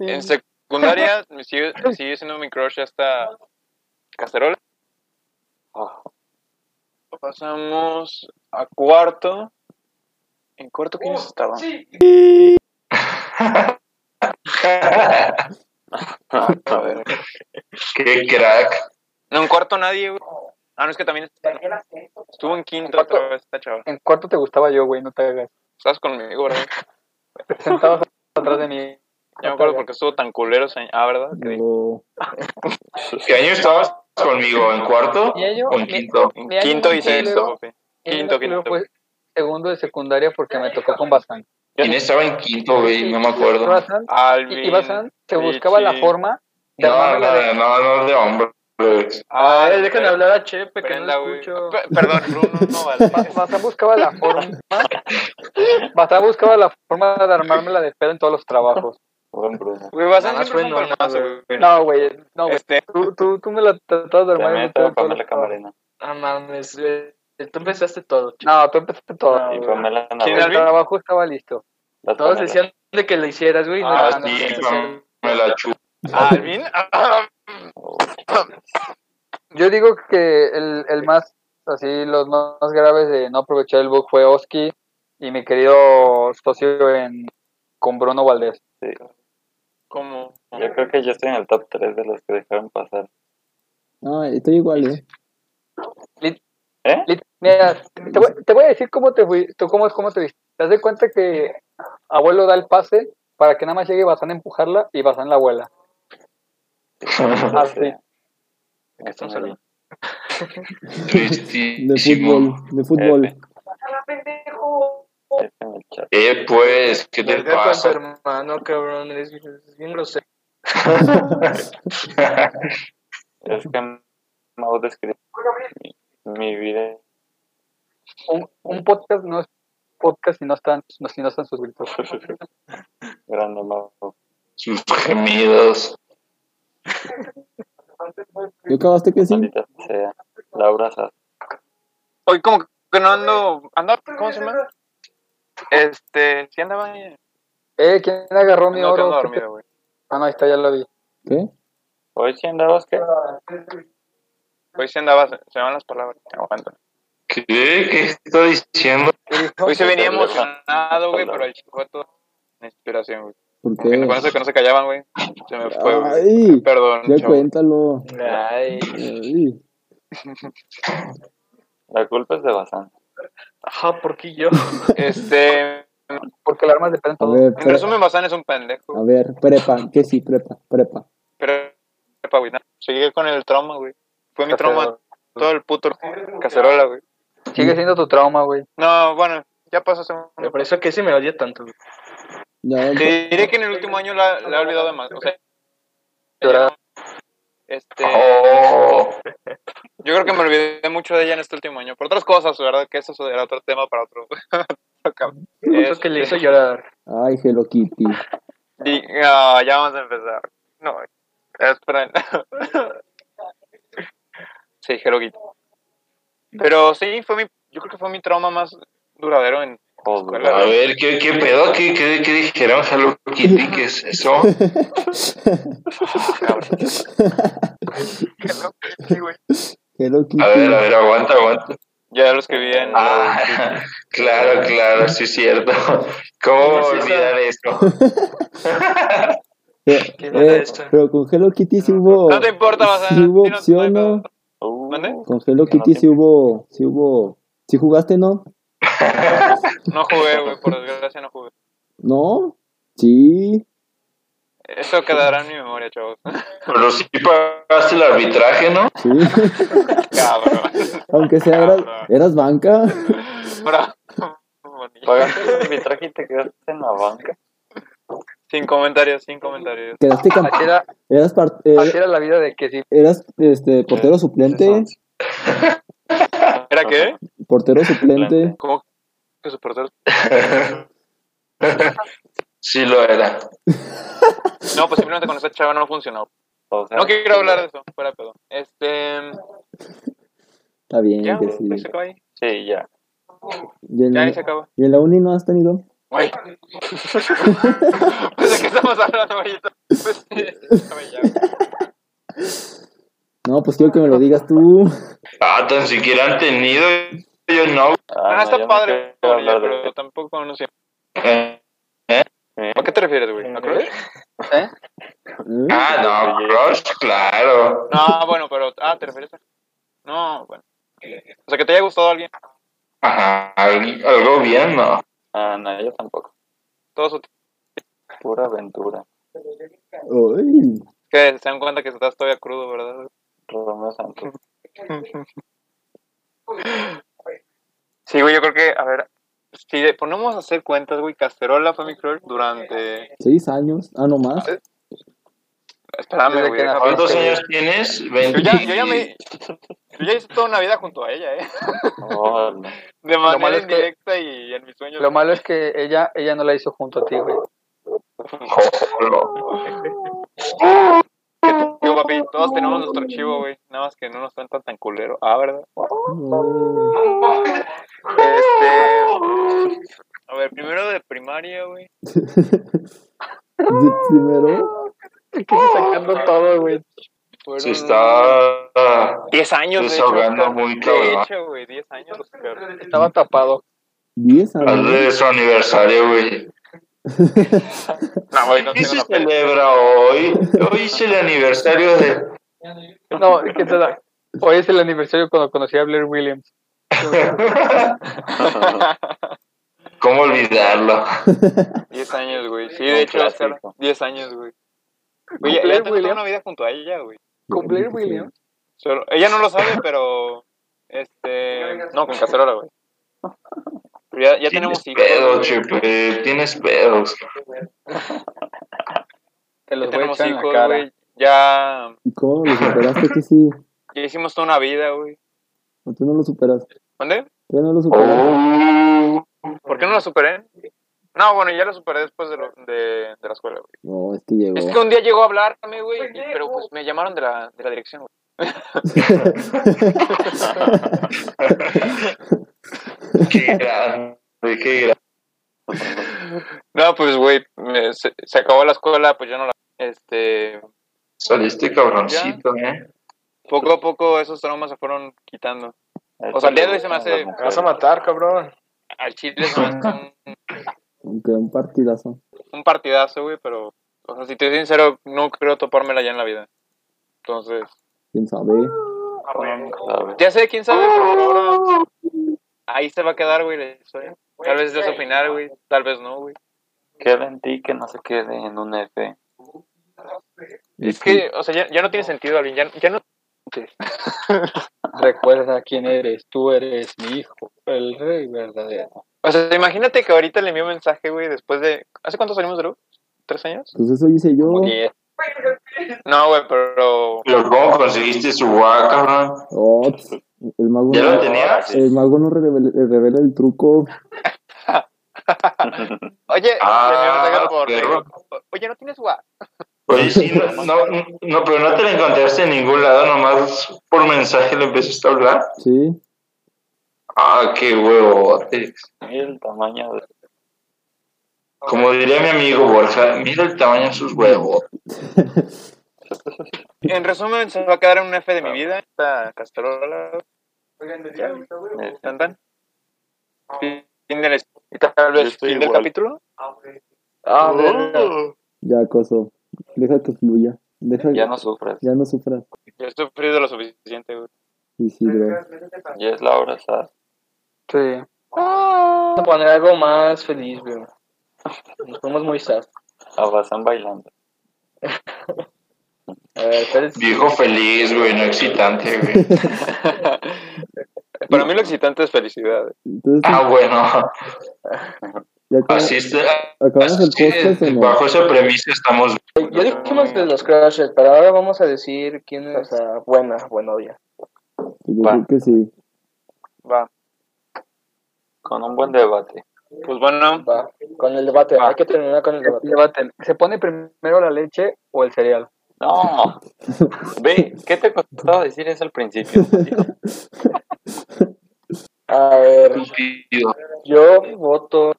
Speaker 1: en secundaria me sigue, me sigue siendo mi crush hasta cacerola. Ah. Pasamos a cuarto. ¿En cuarto quiénes estaban? [laughs]
Speaker 2: A ver,
Speaker 8: Qué crack.
Speaker 1: No, en cuarto nadie, güey. Ah, no, es que también estuvo en quinto
Speaker 3: ¿En cuarto?
Speaker 1: otra vez esta chava.
Speaker 3: En cuarto te gustaba yo, güey, no te hagas.
Speaker 1: Estás conmigo, ¿verdad?
Speaker 3: Te sentabas atrás de mí.
Speaker 1: Ya me acuerdo por qué estuvo tan culero. ese año. Ah, ¿verdad? Que dije,
Speaker 5: No.
Speaker 2: [laughs]
Speaker 8: ¿Qué año estabas conmigo? ¿En cuarto
Speaker 3: Y ello,
Speaker 8: o en
Speaker 3: mi-
Speaker 8: quinto?
Speaker 1: en
Speaker 3: Mi año
Speaker 1: quinto y
Speaker 3: en culero.
Speaker 1: sexto, papi.
Speaker 3: Y
Speaker 1: Quinto,
Speaker 3: luego
Speaker 1: quinto.
Speaker 3: fue segundo de secundaria porque me tocó con Bazán.
Speaker 8: ¿Quién estaba en quinto, güey? No me acuerdo. No,
Speaker 3: Bazán,
Speaker 1: Alvin.
Speaker 3: y, y Bazán se buscaba la
Speaker 1: Richie.
Speaker 3: forma de
Speaker 8: no,
Speaker 3: armármela de...
Speaker 8: no, no, de hombre.
Speaker 1: Ah,
Speaker 6: Ay, dejen hablar a Chepe, que no
Speaker 1: Brenda,
Speaker 6: lo
Speaker 1: güey.
Speaker 6: escucho.
Speaker 1: P- Perdón, Bruno, no
Speaker 3: Ba-
Speaker 1: vale.
Speaker 3: Bazán buscaba la forma... Bazán buscaba la forma de armármela de pedo en todos los trabajos.
Speaker 2: buen Bruno.
Speaker 1: Güey, vas a
Speaker 6: Nada más
Speaker 1: siempre
Speaker 6: fue
Speaker 1: un palmazo,
Speaker 6: normal,
Speaker 1: güey.
Speaker 6: güey.
Speaker 3: No, güey, no, güey.
Speaker 1: Este,
Speaker 3: Tú, tú, tú me la tratabas de
Speaker 2: Te
Speaker 3: armar en
Speaker 2: meto a
Speaker 3: todos los
Speaker 2: Pamela
Speaker 3: trabajos.
Speaker 2: Camarena.
Speaker 6: Ah, mames, güey. Tú empezaste todo, Chepe.
Speaker 3: No, tú empezaste todo.
Speaker 6: No,
Speaker 2: Y
Speaker 6: güey.
Speaker 2: Pamela
Speaker 1: ¿Quién
Speaker 3: el
Speaker 1: Alvin?
Speaker 3: trabajo estaba listo.
Speaker 6: Todos decían de que lo hicieras, güey. y no
Speaker 1: Ah,
Speaker 6: lo
Speaker 8: Así,
Speaker 6: hiciste.
Speaker 8: me la chupo.
Speaker 1: Alvin. [laughs] ah,
Speaker 3: Yo digo que el, el más, así, los más graves de no aprovechar el bug fue Oski y mi querido socio en, con Bruno Valdés.
Speaker 1: Como.
Speaker 2: Yo creo que yo estoy en el top 3 de los que dejaron pasar. [laughs]
Speaker 5: Ah, estoy igual, ¿eh?
Speaker 3: Lit- Mira, te voy, te voy a decir cómo te fui, tú cómo, cómo te viste. Te das de cuenta que abuelo da el pase para que nada más llegue Bazán a empujarla y Bazán la abuela.
Speaker 2: Ah,
Speaker 3: Así.
Speaker 2: estamos hablando?
Speaker 5: De
Speaker 8: Tristísimo.
Speaker 5: fútbol, de fútbol.
Speaker 2: F en el chat.
Speaker 8: Eh, pues, ¿qué te
Speaker 6: Verga con tu
Speaker 8: pasa?
Speaker 6: hermano, cabrón. Eres eres bien grosero.
Speaker 2: Es que Mau describe mi, mi vida. [laughs]
Speaker 3: Un, un podcast no es podcast si no están, no- si no están sus gritos.
Speaker 2: Grande Mau.
Speaker 8: Sus gemidos.
Speaker 5: ¿Yo acabaste que sí?
Speaker 2: Maldita sea. Laura Saz.
Speaker 1: Hoy como que no ando. ando ¿Cómo se llama? Este. Sí andaba. eh,
Speaker 3: Eh, ¿quién agarró mi
Speaker 1: No que
Speaker 3: oro?
Speaker 1: ando dormido, güey.
Speaker 3: Ah, no, ahí está, ya lo vi.
Speaker 5: ¿Qué?
Speaker 2: ¿Hoy sí andabas qué?
Speaker 1: Hoy sí andaba. Se se me van las palabras. Aguanta.
Speaker 8: ¿Qué? ¿Qué está diciendo?
Speaker 1: Hoy se venía
Speaker 2: Te lo dejo.
Speaker 1: emocionado, güey, pero el chico fue todo. La inspiración, güey.
Speaker 5: ¿Por
Speaker 1: Como que
Speaker 5: qué?
Speaker 1: Con eso que no se callaban, güey. Se me pues, fue, güey.
Speaker 5: Ay,
Speaker 1: Perdón,
Speaker 5: ya
Speaker 1: chavo.
Speaker 5: cuéntalo.
Speaker 6: Ay,
Speaker 5: Ay,
Speaker 2: La culpa es de Bazán.
Speaker 6: Ajá, ¿por qué yo?
Speaker 1: Este,
Speaker 3: Porque el arma depende de
Speaker 5: A
Speaker 3: todo.
Speaker 5: ver,
Speaker 1: en
Speaker 5: pre-
Speaker 1: resumen, Bazán es un pendejo.
Speaker 5: a ver, prepa, ¿qué sí? Prepa, prepa.
Speaker 1: Pero, sepa, güey, nada. Seguí con el trauma, güey. Fue mi
Speaker 3: Cacerola.
Speaker 1: trauma todo el puto cacerola, güey.
Speaker 3: Sigue siendo tu trauma, güey.
Speaker 1: No, bueno, ya pasó hace un...
Speaker 6: Por eso que se me odia tanto. güey.
Speaker 5: Ya,
Speaker 1: Te diré que en el último año la, la he olvidado más. O sea,
Speaker 3: Llorar.
Speaker 1: este,
Speaker 6: Oh.
Speaker 1: yo creo que me olvidé mucho de ella en este último año. Por otras cosas, ¿verdad? Que eso era otro tema para otro.
Speaker 6: Eso que le hizo llorar.
Speaker 5: Ay, Hello Kitty.
Speaker 1: Di- no, ya vamos a empezar. No, esperen. sí, Hello Kitty. Pero sí, fue mi, yo creo que fue mi trauma más duradero en
Speaker 2: Joder.
Speaker 8: A ver, ¿qué, qué pedo? ¿Qué, qué, qué dijeron? Hello Kitty, ¿qué es eso?
Speaker 5: [laughs] Hello Kitty.
Speaker 8: A ver, a ver, aguanta, aguanta.
Speaker 1: Ya lo escribí en...
Speaker 8: Ah, [laughs] claro, claro, sí es cierto. ¿Cómo olvidar eso?
Speaker 5: Eh,
Speaker 6: ¿Qué onda
Speaker 5: eh,
Speaker 6: esto?
Speaker 5: pero con Hello Kitty sí hubo.
Speaker 1: No te importa, vas a...
Speaker 5: Sí hubo
Speaker 1: sí, no-
Speaker 5: opción, ¿no?
Speaker 2: Uh,
Speaker 1: ¿Mande?
Speaker 5: Con Hello
Speaker 2: Que no
Speaker 5: Kitty
Speaker 2: te-
Speaker 5: sí hubo. Sí hubo. ¿Sí jugaste, no?
Speaker 1: No jugué, güey, por desgracia no jugué.
Speaker 5: ¿No? Sí.
Speaker 1: Eso quedará en mi memoria, chavos. [laughs]
Speaker 8: Pero sí pagaste el arbitraje, ¿no?
Speaker 5: Sí. [laughs]
Speaker 1: Cabrón.
Speaker 5: Aunque sea, eras, eras banca.
Speaker 1: Bravo.
Speaker 2: Pagaste el arbitraje y te quedaste en la banca.
Speaker 1: Sin comentarios, sin comentarios.
Speaker 5: Quedaste camp-
Speaker 1: Ah,
Speaker 3: Así era,
Speaker 5: eras, par-
Speaker 3: así
Speaker 5: eh,
Speaker 3: era la vida de que si
Speaker 5: eras este, portero suplente.
Speaker 1: ¿Era qué?
Speaker 5: Portero suplente.
Speaker 1: ¿Cómo que soportar?
Speaker 8: Sí lo era.
Speaker 1: No, pues simplemente con esa chava no funcionó.
Speaker 2: O sea,
Speaker 1: No quiero hablar de eso, fuera de pedo. Este.
Speaker 5: Está bien,
Speaker 1: Ya,
Speaker 5: que sí.
Speaker 1: ahí se acaba ahí.
Speaker 2: Sí, ya.
Speaker 5: Y en,
Speaker 1: Ya ahí se
Speaker 5: [laughs]
Speaker 1: acaba.
Speaker 5: y en la uni no has tenido.
Speaker 1: Güey. [laughs] pues de qué estamos hablando ahorita. Pues sí, ya.
Speaker 5: No, pues quiero que me lo digas tú. ¿Eh?
Speaker 8: Ah, tan siquiera han tenido. Yo no.
Speaker 1: Ah,
Speaker 2: Ah, no, yo
Speaker 1: está
Speaker 2: no
Speaker 1: padre,
Speaker 2: quiero
Speaker 1: Gloria,
Speaker 2: hablar de
Speaker 1: pero
Speaker 2: eso.
Speaker 1: tampoco no sé.
Speaker 8: Eh,
Speaker 1: ¿A qué te refieres, güey? ¿A Cruz?
Speaker 5: ¿Eh?
Speaker 8: Ah, no, Crush, claro.
Speaker 1: No, bueno, pero. Ah, ¿te refieres a.? No, bueno. O sea, que te haya gustado alguien.
Speaker 8: Ajá, al- algo bien, ¿no?
Speaker 2: Ah, no, yo tampoco.
Speaker 1: Todo su
Speaker 2: Pura aventura.
Speaker 5: Uy.
Speaker 1: Que se dan cuenta que estás todavía crudo, ¿verdad?
Speaker 2: Romeo
Speaker 6: [laughs]
Speaker 2: Santos.
Speaker 1: Sí, güey, yo creo que, a ver, si le ponemos a hacer cuentas, güey, Cacerola fue mi crush durante...
Speaker 5: Seis años. Ah, no más.
Speaker 1: Eh. Espérame,
Speaker 3: Desde
Speaker 1: güey.
Speaker 3: que
Speaker 1: déjame-
Speaker 3: nació.
Speaker 8: ¿Cuántos años tienes?
Speaker 1: Yo
Speaker 8: ¿20?
Speaker 1: ya, yo ya
Speaker 3: [laughs]
Speaker 1: me... Yo ya hice toda una vida junto a ella, ¿eh?
Speaker 2: Oh, no.
Speaker 1: De manera
Speaker 3: malo es que-
Speaker 1: indirecta y en mis sueños.
Speaker 3: Lo malo es que ella, ella no la hizo junto a ti, güey.
Speaker 8: Jolo.
Speaker 1: Digo, papi, todos tenemos nuestro archivo, güey. Nada más que no nos tratan tan culero. Ah, ¿verdad?
Speaker 5: Uy.
Speaker 1: Este... A ver, primero de primaria, güey.
Speaker 5: De primero.
Speaker 6: Sacando todo, güey.
Speaker 1: fueron
Speaker 8: Se está.
Speaker 1: 10 años, de hecho,
Speaker 8: desahogando
Speaker 1: Oscar.
Speaker 8: muy
Speaker 1: De
Speaker 8: cabrón.
Speaker 1: hecho, güey, 10 años, Oscar.
Speaker 3: Estaba tapado.
Speaker 5: Diez
Speaker 8: Hazle
Speaker 5: años.
Speaker 8: de su aniversario, güey.
Speaker 1: [laughs] No, güey, no
Speaker 8: ¿Qué
Speaker 1: tengo
Speaker 8: se
Speaker 1: una pena.
Speaker 8: celebra hoy? Hoy es el aniversario de. [laughs]
Speaker 3: No, ¿qué te da? Hoy es el aniversario cuando conocí a Blair Williams.
Speaker 8: ¿Cómo olvidarlo?
Speaker 1: 10 años, güey. Sí,
Speaker 2: Un
Speaker 1: de hecho, Oscar,
Speaker 2: clásico.
Speaker 1: 10 años, güey. Güey, ya,
Speaker 3: Blair
Speaker 1: ya tengo toda
Speaker 3: Williams?
Speaker 1: una vida junto a ella, güey.
Speaker 3: ¿Con Blair Williams?
Speaker 1: Solo- ella no lo [laughs] sabe, pero. Este. No, con Cacerola, [laughs] güey. Pero ya, ya
Speaker 8: Tienes
Speaker 1: tenemos hijos.
Speaker 8: pedos,
Speaker 1: güey.
Speaker 8: Chepe. Tienes pedos.
Speaker 1: Ya
Speaker 3: Te los voy a
Speaker 1: tenemos
Speaker 3: echar en la
Speaker 1: hijos,
Speaker 3: cara.
Speaker 1: güey. Ya,
Speaker 5: ¿Y cómo lo superaste? Que sí.
Speaker 1: ya hicimos toda una vida, güey.
Speaker 5: ¿O tú no lo superaste?
Speaker 1: ¿Dónde?
Speaker 5: ¿Tú no lo superaste?
Speaker 8: Oh,
Speaker 1: ¿Por qué no la superé? No, bueno, ya la superé después de, lo- de, de la escuela, güey.
Speaker 5: No, es que llegó.
Speaker 1: Es que un día llegó a hablarme, güey, y- pero pues me llamaron de la, de la dirección, güey. [laughs]
Speaker 8: qué grande, qué grande.
Speaker 1: No, pues, güey, me- se, se acabó la escuela, pues ya no la. Este.
Speaker 8: Saliste cabroncito, ¿eh?
Speaker 1: Poco a poco esos traumas se fueron quitando. O sea, el día de hoy se me hace-
Speaker 6: Me vas a matar, cabrón.
Speaker 1: Al Chile se me hace un,
Speaker 5: [laughs] Aunque un partidazo.
Speaker 1: un partidazo, güey, pero, o sea, si te soy sincero, no creo topármela ya en la vida. Entonces,
Speaker 5: ¿Quién sabe?
Speaker 2: ¿Sabes?
Speaker 1: ya sé, quién sabe, pero por ahora. Ahí se va a quedar, güey, la historia. Tal vez des opinar, güey. Tal vez no, güey.
Speaker 2: Queda en ti que no se quede en un F.
Speaker 1: Es que, o sea, ya, ya no tiene sentido, Alvin. Ya, ya no.
Speaker 3: [laughs] Recuerda quién eres, tú eres mi hijo, el rey verdadero.
Speaker 1: O sea, imagínate que ahorita le envió un mensaje, güey, después de. ¿Hace cuánto salimos de luz? ¿Tres años?
Speaker 5: Pues eso hice yo.
Speaker 3: Oye,
Speaker 1: No, güey, pero.
Speaker 8: Pero ¿cómo conseguiste su guá, cabrón?
Speaker 5: Oh, pss, el mago
Speaker 8: ¿Ya lo
Speaker 5: no,
Speaker 8: tenías?
Speaker 5: el mago no revela, revela el truco.
Speaker 1: Oye,
Speaker 8: Ah,
Speaker 1: le envió un mensaje por.
Speaker 8: perro.
Speaker 1: Oye, no tienes guap.
Speaker 8: Oye, Pues sí, no, no, no, pero no te la encontraste en ningún lado, nomás por mensaje le empezaste a hablar.
Speaker 5: Sí.
Speaker 8: Ah, qué huevote.
Speaker 2: Mira el tamaño de...
Speaker 8: Como diría mi amigo Borja, mira el tamaño de sus huevos.
Speaker 1: En resumen, se va a quedar en un F de mi vida. Esta castarola.
Speaker 2: de-
Speaker 1: Tan, tan. Fin del- y Tal
Speaker 2: Yo
Speaker 1: vez
Speaker 2: estoy
Speaker 1: fin del
Speaker 2: igual.
Speaker 1: capítulo.
Speaker 6: Ah, verga.
Speaker 5: Ya, coso. Deja que fluya. Deja
Speaker 2: Ya no sufres.
Speaker 5: ya no sufras.
Speaker 1: Yo he sufrido lo suficiente, güey.
Speaker 5: Isidro.
Speaker 2: Ya es la hora, ¿sabes?
Speaker 3: sí.
Speaker 6: Vamos a poner algo más feliz, güey. Nos fuimos muy sad.
Speaker 2: Abrazan Ah, bailando.
Speaker 6: A ver, ¿cuál es?
Speaker 8: Viejo feliz, güey, no excitante, güey.
Speaker 1: Para mí lo excitante es felicidad. güey.
Speaker 5: Entonces,
Speaker 8: [laughs] Ah, bueno,
Speaker 5: ya acaba-
Speaker 8: así está.
Speaker 5: acabamos el
Speaker 8: así es,
Speaker 5: podcast o no?
Speaker 8: bajo esa premisa estamos.
Speaker 6: Ya dijimos de los crushes, pero ahora vamos a decir quién es, o sea, buena, buena novia.
Speaker 5: Pues Yo
Speaker 2: Va.
Speaker 5: creo que sí.
Speaker 1: Va.
Speaker 2: Con un buen debate.
Speaker 1: Pues bueno,
Speaker 6: Va, con el debate, hay que terminar con el debate.
Speaker 3: Debate, ¿Se pone primero la leche o el cereal?
Speaker 2: No. Ve, ¿qué te costaba decir eso al principio?
Speaker 6: A ver,
Speaker 8: Estúpido.
Speaker 6: yo voto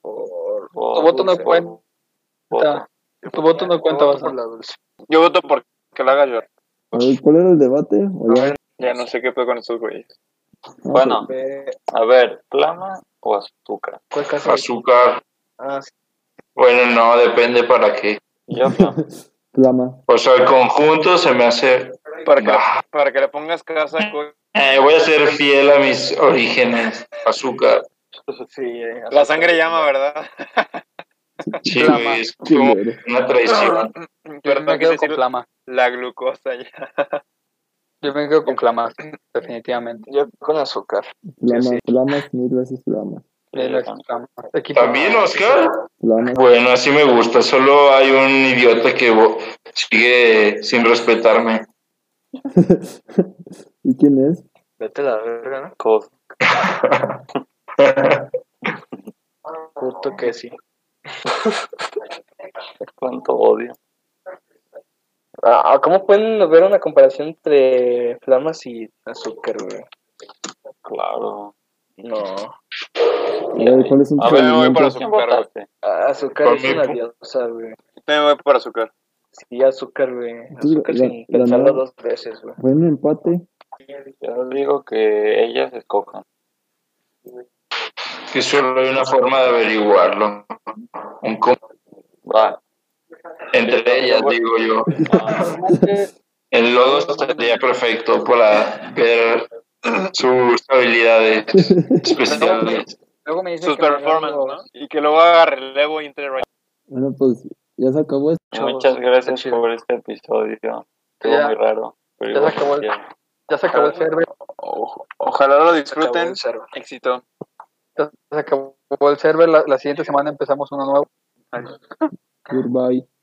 Speaker 6: por...
Speaker 2: Por-
Speaker 3: Tu voto no
Speaker 2: por-
Speaker 3: cuenta.
Speaker 2: voto.
Speaker 3: Tu voto no cuenta,
Speaker 6: voto por
Speaker 3: Baza.
Speaker 6: la dulce.
Speaker 1: yo voto por que lo haga yo.
Speaker 5: A ver, ¿cuál era el debate? O ya- Ah,
Speaker 1: Ya no sé qué fue con estos güeyes.
Speaker 5: no,
Speaker 2: Bueno,
Speaker 6: Eh,
Speaker 2: a ver, ¿plama o azúcar?
Speaker 6: ¿Cuál caso?
Speaker 8: Azúcar.
Speaker 6: Ah, sí.
Speaker 8: Bueno, no, depende para qué.
Speaker 1: [laughs]
Speaker 2: Yo plama.
Speaker 5: Clama.
Speaker 8: O sea, el conjunto se me hace.
Speaker 1: Para que,
Speaker 8: Ah,
Speaker 1: para que le pongas casa, güey.
Speaker 8: eh, voy a ser fiel a mis orígenes. Azúcar.
Speaker 1: La sangre llama, ¿verdad? [laughs]
Speaker 8: Sí, güey, es como
Speaker 5: Chilero.
Speaker 8: una traición.
Speaker 1: Pero
Speaker 3: Yo
Speaker 1: no
Speaker 3: me
Speaker 1: quise
Speaker 3: quedo con
Speaker 1: decir
Speaker 3: clama.
Speaker 1: la glucosa ya.
Speaker 3: Yo me quedo con [laughs] clama, definitivamente.
Speaker 6: Yo con azúcar.
Speaker 5: Plama, plamas, mil veces plamas.
Speaker 3: Sí, la clama. Equipo.
Speaker 8: También, Oscar.
Speaker 5: Plamas.
Speaker 8: Bueno, así me gusta. Solo hay un idiota que vo- sigue sin respetarme.
Speaker 5: [laughs]
Speaker 8: [laughs]
Speaker 5: ¿Y quién es?
Speaker 6: Vete a la verga, ¿no?
Speaker 2: Cos-
Speaker 6: Justo que sí.
Speaker 2: Cuánto odio.
Speaker 6: Ah, ah, ¿Cómo pueden ver una comparación entre flamas y azúcar, güey?
Speaker 2: Claro.
Speaker 6: No.
Speaker 5: A ver, ¿cuál es un
Speaker 1: A ver, me voy por
Speaker 5: alimento?
Speaker 2: ¿Quién
Speaker 1: azúcar, güey.
Speaker 2: votaste?
Speaker 6: Ah, Azúcar
Speaker 8: Por
Speaker 6: es
Speaker 8: mí,
Speaker 6: una
Speaker 8: pu-
Speaker 6: diosa, güey.
Speaker 1: También voy por azúcar.
Speaker 6: Sí, azúcar, güey.
Speaker 5: Entonces,
Speaker 6: Azúcar
Speaker 5: la-
Speaker 6: sin
Speaker 5: la
Speaker 6: pensarlo
Speaker 5: nueva-
Speaker 6: dos veces, güey.
Speaker 5: Fue un empate.
Speaker 2: Yo digo que ellas escojan.
Speaker 8: Que solo hay una forma de averiguarlo. Un com-
Speaker 2: Va.
Speaker 8: entre ellas, digo yo. El logo estaría perfecto para ver sus habilidades especiales.
Speaker 3: Luego me dicen
Speaker 1: Sus
Speaker 3: que me
Speaker 1: performances,
Speaker 3: gano-
Speaker 1: ¿no? Y que luego haga relevo inter
Speaker 5: Bueno, pues ya se acabó esto.
Speaker 2: Muchas gracias
Speaker 6: chido.
Speaker 2: por este episodio. Estuvo
Speaker 6: Ya.
Speaker 2: muy raro. Pero
Speaker 6: Ya se
Speaker 2: igual
Speaker 6: acabó el-
Speaker 2: quisiera.
Speaker 6: Ya se acabó el cerve.
Speaker 1: O- Ojalá lo
Speaker 6: Se acabó
Speaker 1: disfruten.
Speaker 6: el cerve.
Speaker 1: Éxito.
Speaker 3: Se acabó el server, la, la siguiente semana empezamos uno nuevo.
Speaker 5: Goodbye.